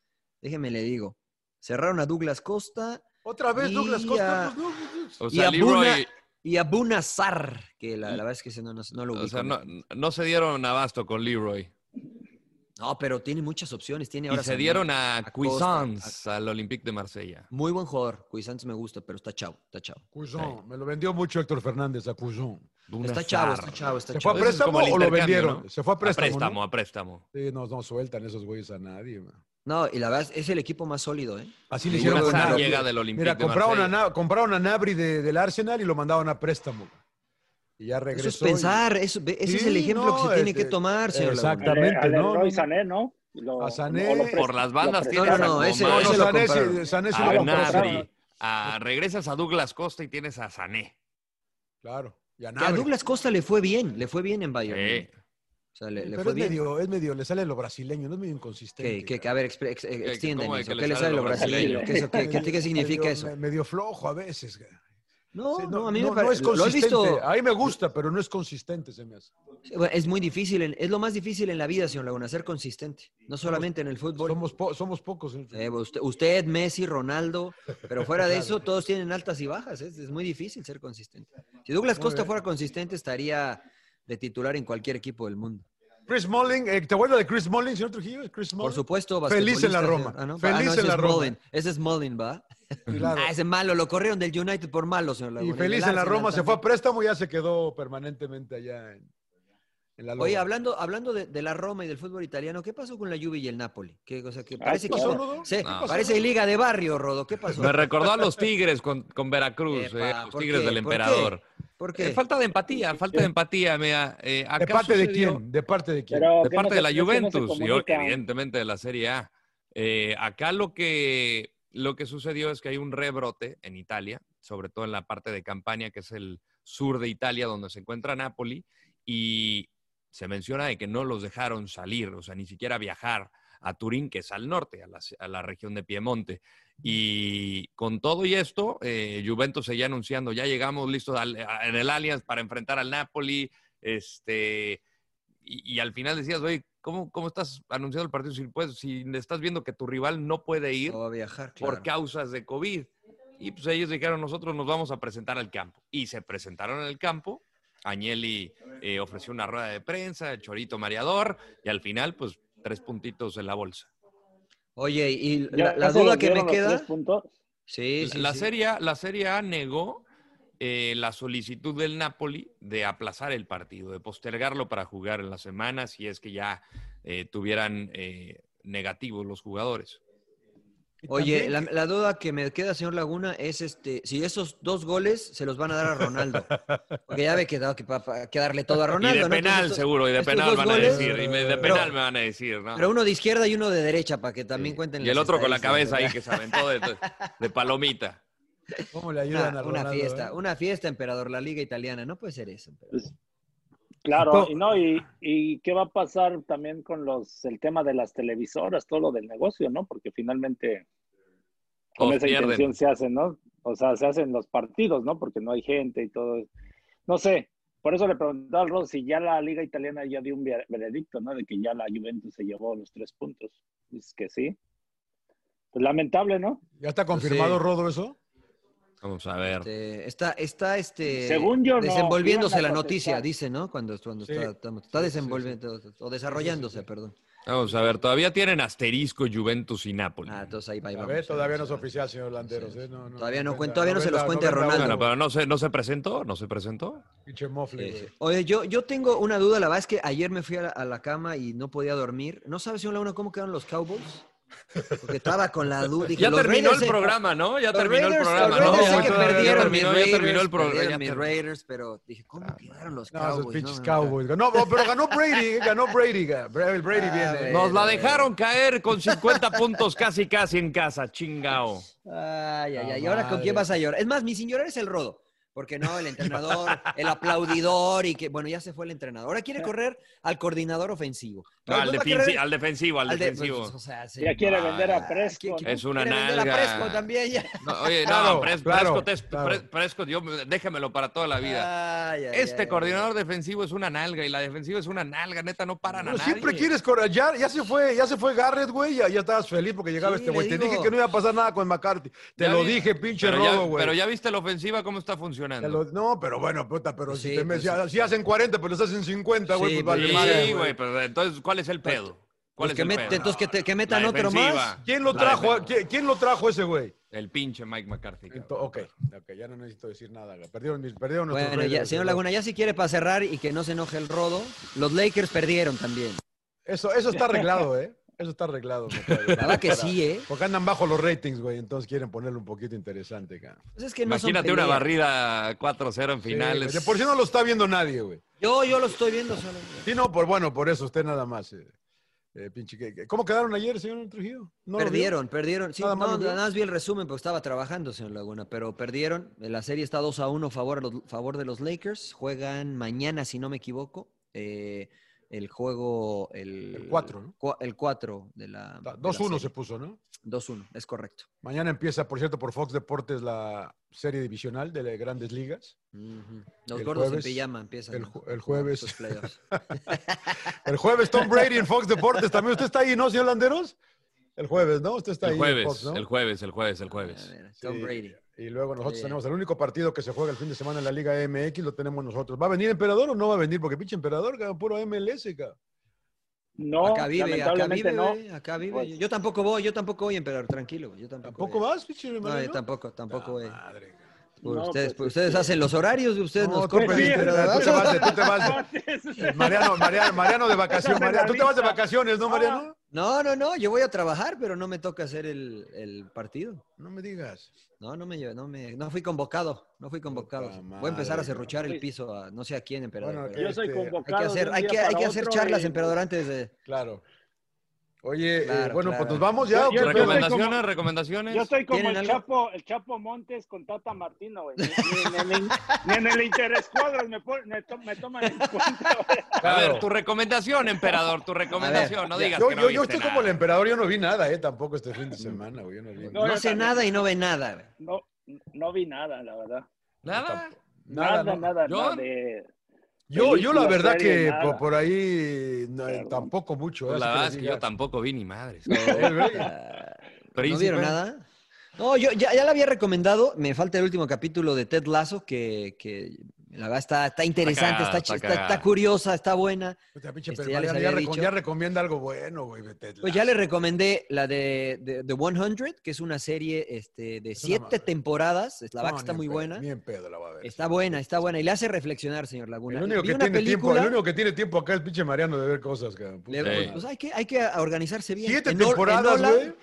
Déjeme le digo. Cerraron a Douglas Costa. Otra vez Douglas Costa. Pues, no. o sea, y a Leroy... Buna, y a Bunazar, que la, la, verdad es que no, no, no lo ubico. O sea, no, no, se dieron abasto con Leroy. No, pero tiene muchas opciones. Tiene ahora y se dieron a, a Cuisance al Olympique de Marsella. Muy buen jugador. Cuisance me gusta, pero está chavo. Está chavo. Cuisance. Sí. Me lo vendió mucho Héctor Fernández a Cuisance. Está chavo, está chavo, está ¿Se chavo. fue a préstamo o lo vendieron? ¿no? Se fue a préstamo. A préstamo, a préstamo. Sí, no, no sueltan esos güeyes a nadie. Man. No, y la verdad es el equipo más sólido, ¿eh? Así le hicieron a llega del Olympique Mira, de compraron, a, compraron a, Nabri de, del Arsenal y lo mandaron a préstamo. Y ya regresó. Eso es pensar, y... eso, ese sí, es el ejemplo no, que se este, tiene que tomar, señor. Exactamente, Ale, ¿no? Y Sané, ¿no? Lo, a Sané. Lo por las bandas No, no, no, ese, no, ese Sané, sí, Sané sí a lo Nabri, a, regresas a Douglas Costa y tienes a Sané. Claro. Y a, a, Douglas Costa le fue bien, le fue bien en Eh, Bayern. Sí. O sea, le, le pero fue es bien. medio, es medio, le sale lo brasileño, no es medio inconsistente. ¿Qué, qué, a ver, ex, ex, eh, extienden ¿Qué, eso. ¿Qué le sale lo brasileño? brasileño? ¿Qué, qué, qué significa medio, eso? Medio flojo a veces. No, sí, no, no, a mí no, me parece. No es consistente. ¿Lo has visto? A mí me gusta, pero no es consistente, se me hace. Es muy difícil, es lo más difícil en la vida, señor Laguna, ser consistente. No solamente somos, en el fútbol. Somos, po somos pocos. En el fútbol. Eh, usted, usted, Messi, Ronaldo, pero fuera de eso, todos tienen altas y bajas. Es, es muy difícil ser consistente. Si Douglas Costa fuera consistente, estaría de titular en cualquier equipo del mundo. Chris Molling, eh, ¿te acuerdas de Chris Molling, señor Trujillo? Chris Molling. Por supuesto, Feliz en la Roma. Ah, no, Feliz ah, no, en la es Roma. Molin. Ese es Molling, ¿va? Claro. Ah, ese malo, lo corrieron del United por malo, señor Laguna. Y feliz en la Roma, se fue a préstamo y ya se quedó permanentemente allá en, en la Roma. Oye, hablando, hablando de, de, la Roma y del fútbol italiano, ¿qué pasó con la Juve y el Napoli? ¿Qué, o sea, que parece, pasó, que, Rodo? Se, no. parece liga de barrio, Rodo. ¿Qué pasó? Me recordó a los Tigres con, con Veracruz, Epa, eh, los Tigres qué? del Emperador. ¿Por qué? Eh, falta de empatía, falta de empatía. Mira, eh, ¿De parte de quién? ¿De parte de quién? de parte no, de la Juventus y evidentemente de la Serie A. Eh, acá lo que lo que sucedió es que hay un rebrote en Italia, sobre todo en la parte de Campania, que es el sur de Italia, donde se encuentra Nápoli, y se menciona de que no los dejaron salir, o sea, ni siquiera viajar a Turín, que es al norte, a la, a la región de Piemonte. Y con todo y esto, eh, Juventus seguía anunciando, ya llegamos listos al, a, en el Allianz para enfrentar al Napoli, este, y, y al final decías, oye, ¿Cómo, ¿cómo, estás anunciando el partido si, pues, si estás viendo que tu rival no puede ir no va a viajar, claro. por causas de COVID? Y pues ellos dijeron, nosotros nos vamos a presentar al campo. Y se presentaron en el campo. Agnelli eh, ofreció una rueda de prensa, el Chorito Mareador, y al final, pues, tres puntitos en la bolsa. Oye, y la, la duda que me queda... Sí, sí, la, sí. Serie, la Serie A negó eh, la solicitud del Napoli de aplazar el partido, de postergarlo para jugar en la semana si es que ya eh, tuvieran eh, negativos los jugadores. Oye, la, la, duda que me queda, señor Laguna, es este, si esos dos goles se los van a dar a Ronaldo. Porque ya ve que, que, que darle todo a Ronaldo. Y de ¿no? penal, estos, seguro, y de penal van goles, a decir. Y de penal pero, me van a decir, ¿no? Pero uno de izquierda y uno de derecha, para que también sí. cuenten. Y el otro con la cabeza ¿verdad? ahí que se aventó de, de palomita. ¿Cómo le ayudan una, a Ronaldo, Una fiesta, eh? una fiesta, emperador, la liga italiana. No puede ser eso. Emperador. Claro, y no, y, y, qué va a pasar también con los el tema de las televisoras, todo lo del negocio, ¿no? Porque finalmente con Os esa pierden. intención se hacen, ¿no? O sea, se hacen los partidos, ¿no? Porque no hay gente y todo. No sé, por eso le preguntaba al Ross si ya la liga italiana ya dio un veredicto, ¿no? De que ya la Juventus se llevó los tres puntos. Es que sí. Pues lamentable, ¿no? ¿Ya está confirmado, sí. Rodo, eso? Vamos a ver. Este, está está este, Según yo, no, desenvolviéndose la noticia, dice, ¿no? Cuando, cuando sí. está, está, desenvolviendo sí, sí, o desarrollándose, perdón. Vamos a ver, todavía tienen asterisco Juventus y Nápoles. Ah, entonces ahí va. A ver, vamos, todavía no es oficial, señor Landeros. Eh, no, no, todavía no, cuenta, todavía no, se los cuenta Ronaldo. Bueno, pero no se, no se presentó, no se presentó. Pinche mofle. Oye, yo, yo tengo una duda, la verdad es que ayer me fui a la, a la cama y no podía dormir. ¿No sabes, señor Laguna, cómo quedaron los Cowboys? Porque estaba con la duda. Ya terminó eh, el programa, ¿no? Ya terminó el programa, ¿no? Ya perdieron mis terminó, ya terminó el Raiders, programa, perdieron ya mis terminó. Raiders, pero dije, ¿cómo quedaron los Ah, No, esos Cowboys? pinches Cowboys. No, Ah, pero ganó Brady, eh, ganó Brady. ga- Brady, Brady viene. Nos la dejaron caer con 50 puntos casi casi en casa, chingao. Pues, Ay, ay, La ay. ¿Y ahora con madre. quién vas a llorar? Es más, mi sin llorar es el rodo. Porque no, el entrenador, el aplaudidor y que, bueno, ya se fue el entrenador. Ahora Eh. quiere correr al coordinador ofensivo. No, al, Después va a defensi- querer- al defensivo, al, al de- defensivo. pues, o sea, sí. Ya quiere vender a Ah, Prescott. Es una quiere vender a nalga. Prescott también ya. No, oye, no, Claro, Pres- claro, Prescott es- claro. Pres- Prescott, yo, déjamelo para toda la vida. Ay, ay, este ay, ay. coordinador defensivo es una nalga y la defensiva es una nalga, neta, no paran a No, nadie. siempre quieres correr. Ya, ya se fue, ya se fue Garrett, güey. Ya, ya estabas feliz porque llegaba Sí, este güey. le Te digo. dije que no iba a pasar nada con McCarthy. Te Ya lo vi- dije, pinche pero ya- robo, güey. Pero ya viste la ofensiva cómo está Te funcionando. lo- no, pero bueno, puta, pero Sí, si, te me- pues, si- si hacen 40, pero les hacen 50, güey, Sí, pues Sí, vale madre, güey. güey, pero entonces, ¿cuál es el pedo? ¿Cuál Pues es que el mete- pedo? entonces que, te- que metan La otro defensiva. más. ¿Quién lo La trajo? a- defensa. ¿quién, quién lo trajo ese güey? El pinche Mike McCarthy. cabrón. Ento- Ok, ok, ya no necesito decir nada. güey. Perdieron, mis- perdieron nuestros Bueno, ya, Raiders, señor güey. Laguna, ya si quiere para cerrar y que no se enoje el rodo, los Lakers perdieron también. Eso, eso está arreglado, ¿eh? Eso está arreglado. güey. La verdad que sí, ¿eh? Porque andan bajo los ratings, güey, entonces quieren ponerlo un poquito interesante, cara. Pues es que no son Imagínate una pelea. barrida 4-0 en finales. de por si no lo está viendo nadie, güey. Yo, yo lo estoy viendo solo. Sí, no, por bueno, por eso usted nada más. eh, eh, pinche que- que- ¿Cómo quedaron ayer, señor Trujillo? ¿No lo vio? perdieron, perdieron. Sí, Nada nada, más no, lo vio. nada más vi el resumen porque estaba trabajando, señor Laguna, pero perdieron. La serie está 2 a 1 favor, a los- favor de los Lakers. Juegan mañana, si no me equivoco. eh, el juego, el... El cuatro, ¿no? cua- El 4 de la... Ta- 2-1 se puso, ¿no? 2-1, es correcto. Mañana empieza, por cierto, por Fox Deportes la serie divisional de las grandes ligas. Ujú. Los El gordos jueves- en pijama empiezan. el a ju- el jugar jueves. sus playoffs. El jueves Tom Brady en Fox Deportes. También usted está ahí, ¿no, señor Landeros? El jueves, ¿no? Usted está ahí. El en jueves, Fox, ¿no? el jueves, el jueves, el A jueves. ver, Tom Sí. Brady. Y luego nosotros Oye. tenemos el único partido que se juega el fin de semana en la Liga MX, lo tenemos nosotros. ¿Va a venir Emperador o no va a venir? Porque pinche Emperador, cabrón, puro MLS, cabrón. No, acá vive, acá lamentablemente vive, no. güey, acá vive. Pues- Yo tampoco voy, yo tampoco voy, emperador, tranquilo. güey, Yo tampoco, ¿Tampoco voy. vas, pinche No, Emperador? yo tampoco, Ah, tampoco voy. Madre, cabrón. Pues No, ustedes, pues, pues, ustedes hacen los horarios, ustedes No, nos tú compran. pediste, pero- tú te vas, de- tú te vas. de- Mariano, Mariano, Mariano de vacaciones. Esa es la Mariano, tú te vas de lista. vacaciones, Ah. ¿no, Mariano? No, no, no, yo voy a trabajar, pero no me toca hacer el, el partido. No me digas. No, no me, lle- no me, no fui convocado, no fui convocado. Puta Voy a empezar madre, a serruchar el cabrón. piso a no sé a quién, emperador. Bueno, pero Yo soy Este, Hay convocado. que de hacer, un hay día que, hay para que hacer otro charlas, y- emperador, antes de. Claro. Oye, eh, Claro, bueno, claro. pues nos vamos ya. ¿o qué Yo- yo pedo? estoy recomendaciones, como- recomendaciones. Yo estoy como ¿Tienen el algo? Chapo, el Chapo Montes con Tata Martino, güey. Ni, ni en el, in- ni en el Interescuadras me, pon- me, to- me toman en cuenta, güey. A Claro. ver, tu recomendación, emperador, tu recomendación. no ya. digas Yo, que no yo, yo viste estoy como el nada. emperador, yo no vi nada, ¿eh? Tampoco este fin de semana, güey. Yo no vi No, No, nada. yo sé también. nada y no ve nada. güey. No, no vi nada, la verdad. ¿Nada? Nada, no. nada, nada, Yo- de- Yo, yo la película, verdad serie, que nada. por, por ahí no, eh, Perdón. tampoco mucho. Pues ¿eh? la Así verdad es les que yo digas. "Eh, tampoco vi ni madres. Ah, ¿No vieron nada? No, yo ya, ya la había recomendado. Me falta el último capítulo de Ted Lasso, que, que la verdad está, está interesante, cagada, está, está chi- está- cagada. está curiosa, está buena. Puta, pinche Este, Perma, ya les ya, había ya reco- dicho. ya recomienda algo bueno, güey. de Ted Pues ya le Lasso. recomendé la de, de- The 100, que es una serie este, de Es una siete madre. temporadas. La verdad No, que está ni en muy pedo, buena. Ni en pedo la va a ver. Está buena, está buena. Y le hace reflexionar, señor Laguna. El único, Vi que una tiene tiempo, película, el único que tiene tiempo acá es el pinche Mariano de ver cosas, cabrón. Puta le- Sí. madre. pues hay que, hay que organizarse bien. Siete Enol- temporadas, Enola- güey.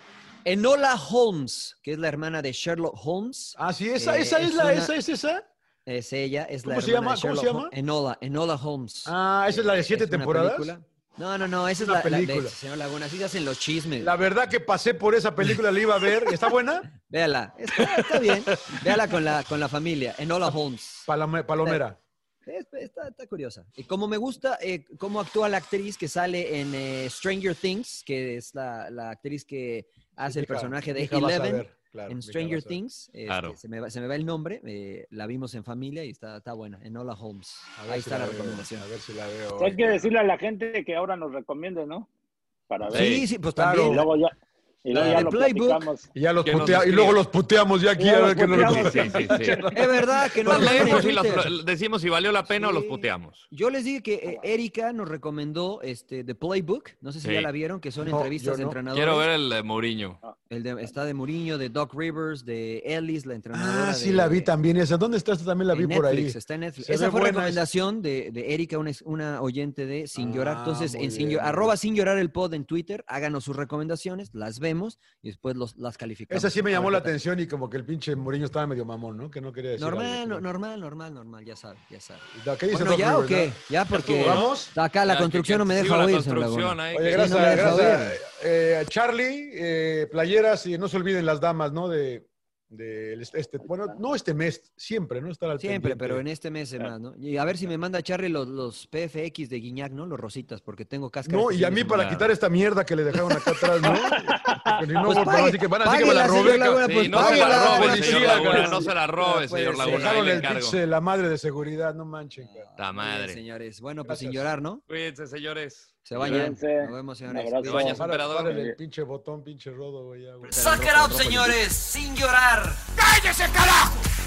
Enola Holmes, que es la hermana de Sherlock Holmes. Ah, sí, esa, Eh, esa es, es la, una- esa es esa. Es ella, es la ¿Cómo se llama? hermana de ¿Cómo se Sherlock llama? Hol- Enola, Enola Holmes. Ah, esa es la de siete es una temporadas. película. No, no, no, esa es Una la, la película. de señor Laguna. Así se hacen los chismes. La verdad que pasé por esa película, la iba a ver. ¿Está buena? Véala, está, está bien. Véala con la, con la familia, Enola Holmes. Palome- Palomera. Es- Está, está curiosa. Y como me gusta eh, cómo actúa la actriz que sale en eh, Stranger Things, que es la, la actriz que hace el Mija, personaje de mija, vas a Eleven ver, claro, en mija, Stranger vas a ver. Things. Este, Claro. se, me va, se me va el nombre. eh, la vimos en familia y está, está buena. Enola Holmes. A ver Ahí si está la veo, recomendación. A ver si la veo. pues Hay que decirle a la gente que ahora nos recomiende, ¿no? Para ver. Sí, sí, pues Claro. Y también. luego ya, y luego La ya de lo Playbook. platicamos. Y ya los Que nos putea- y escriba. luego los puteamos ya aquí Ya a los ver qué nos puteamos. recomienda. Sí, sí, sí. Es verdad que no Las lo ponen en leemos y las- Twitter. decimos si valió la pena o los Sí. puteamos. Yo les dije que eh, Erika nos recomendó este The Playbook. No sé si Sí. ya la vieron, que son No, yo entrevistas de no. entrenadores. Quiero ver el de Mourinho. Ah, El de- está de Mourinho, de Doc Rivers, de Ellis, la entrenadora. Ah, sí, de- la vi también esa. ¿Dónde está esta? También la en vi por ahí. Netflix, Está en Netflix. Se ve Esa fue buena recomendación de, de Erika, una, una oyente de Sin Llorar. Ah, Entonces, muy en sin, bien, Llo- muy arroba Sin Llorar el pod en Twitter, háganos sus recomendaciones, las hacemos y después los, las calificamos. Esa sí me llamó la atención y como que el pinche Mourinho estaba medio mamón, ¿no? Que no quería decir. Normal, algo, no, normal, normal, normal, ya sabes, ya sabes. ¿Qué dice bueno, ya Doc o qué? Rivers, no? Ya porque acá la Ya, construcción que- no me que deja siga la oír. señor construcción Laguna. ahí. Sí, Oye, no gracias, me deja gracias oír. eh, a Charlie, eh, playeras y no se olviden las damas, ¿no? De, de este, bueno, no este mes, siempre, ¿no? Estar al ah, pendiente. Siempre, Ah. pero en este mes de más, ¿no? Y a ver si me manda Charlie los, los PFX de Guiñac, ¿no? Los rositas, porque tengo cáscara. No, este y a fin mí de para semana. quitar esta mierda que le dejaron acá atrás, ¿no? Porque no, Pues por favor, pague- así que van a decir que me páguela, la señor robé. Laguna, cabrón. pues Sí, no se páguela, la robe, pues, señor sí, Laguna, cabrón. no se la robe, señor Laguna, ahí Dejaron le el encargo. pinche, la madre de seguridad, no manchen. La Bien, señores. Bueno, pues sin llorar, ¿no? Cuídense, señores. Se bañan. Nos vemos, señores. Se bañan, emperador. Párale el pinche botón, pinche rodo, güey. ya, güey. Suck it up, señores, sin llorar. ¡Cállese, carajo!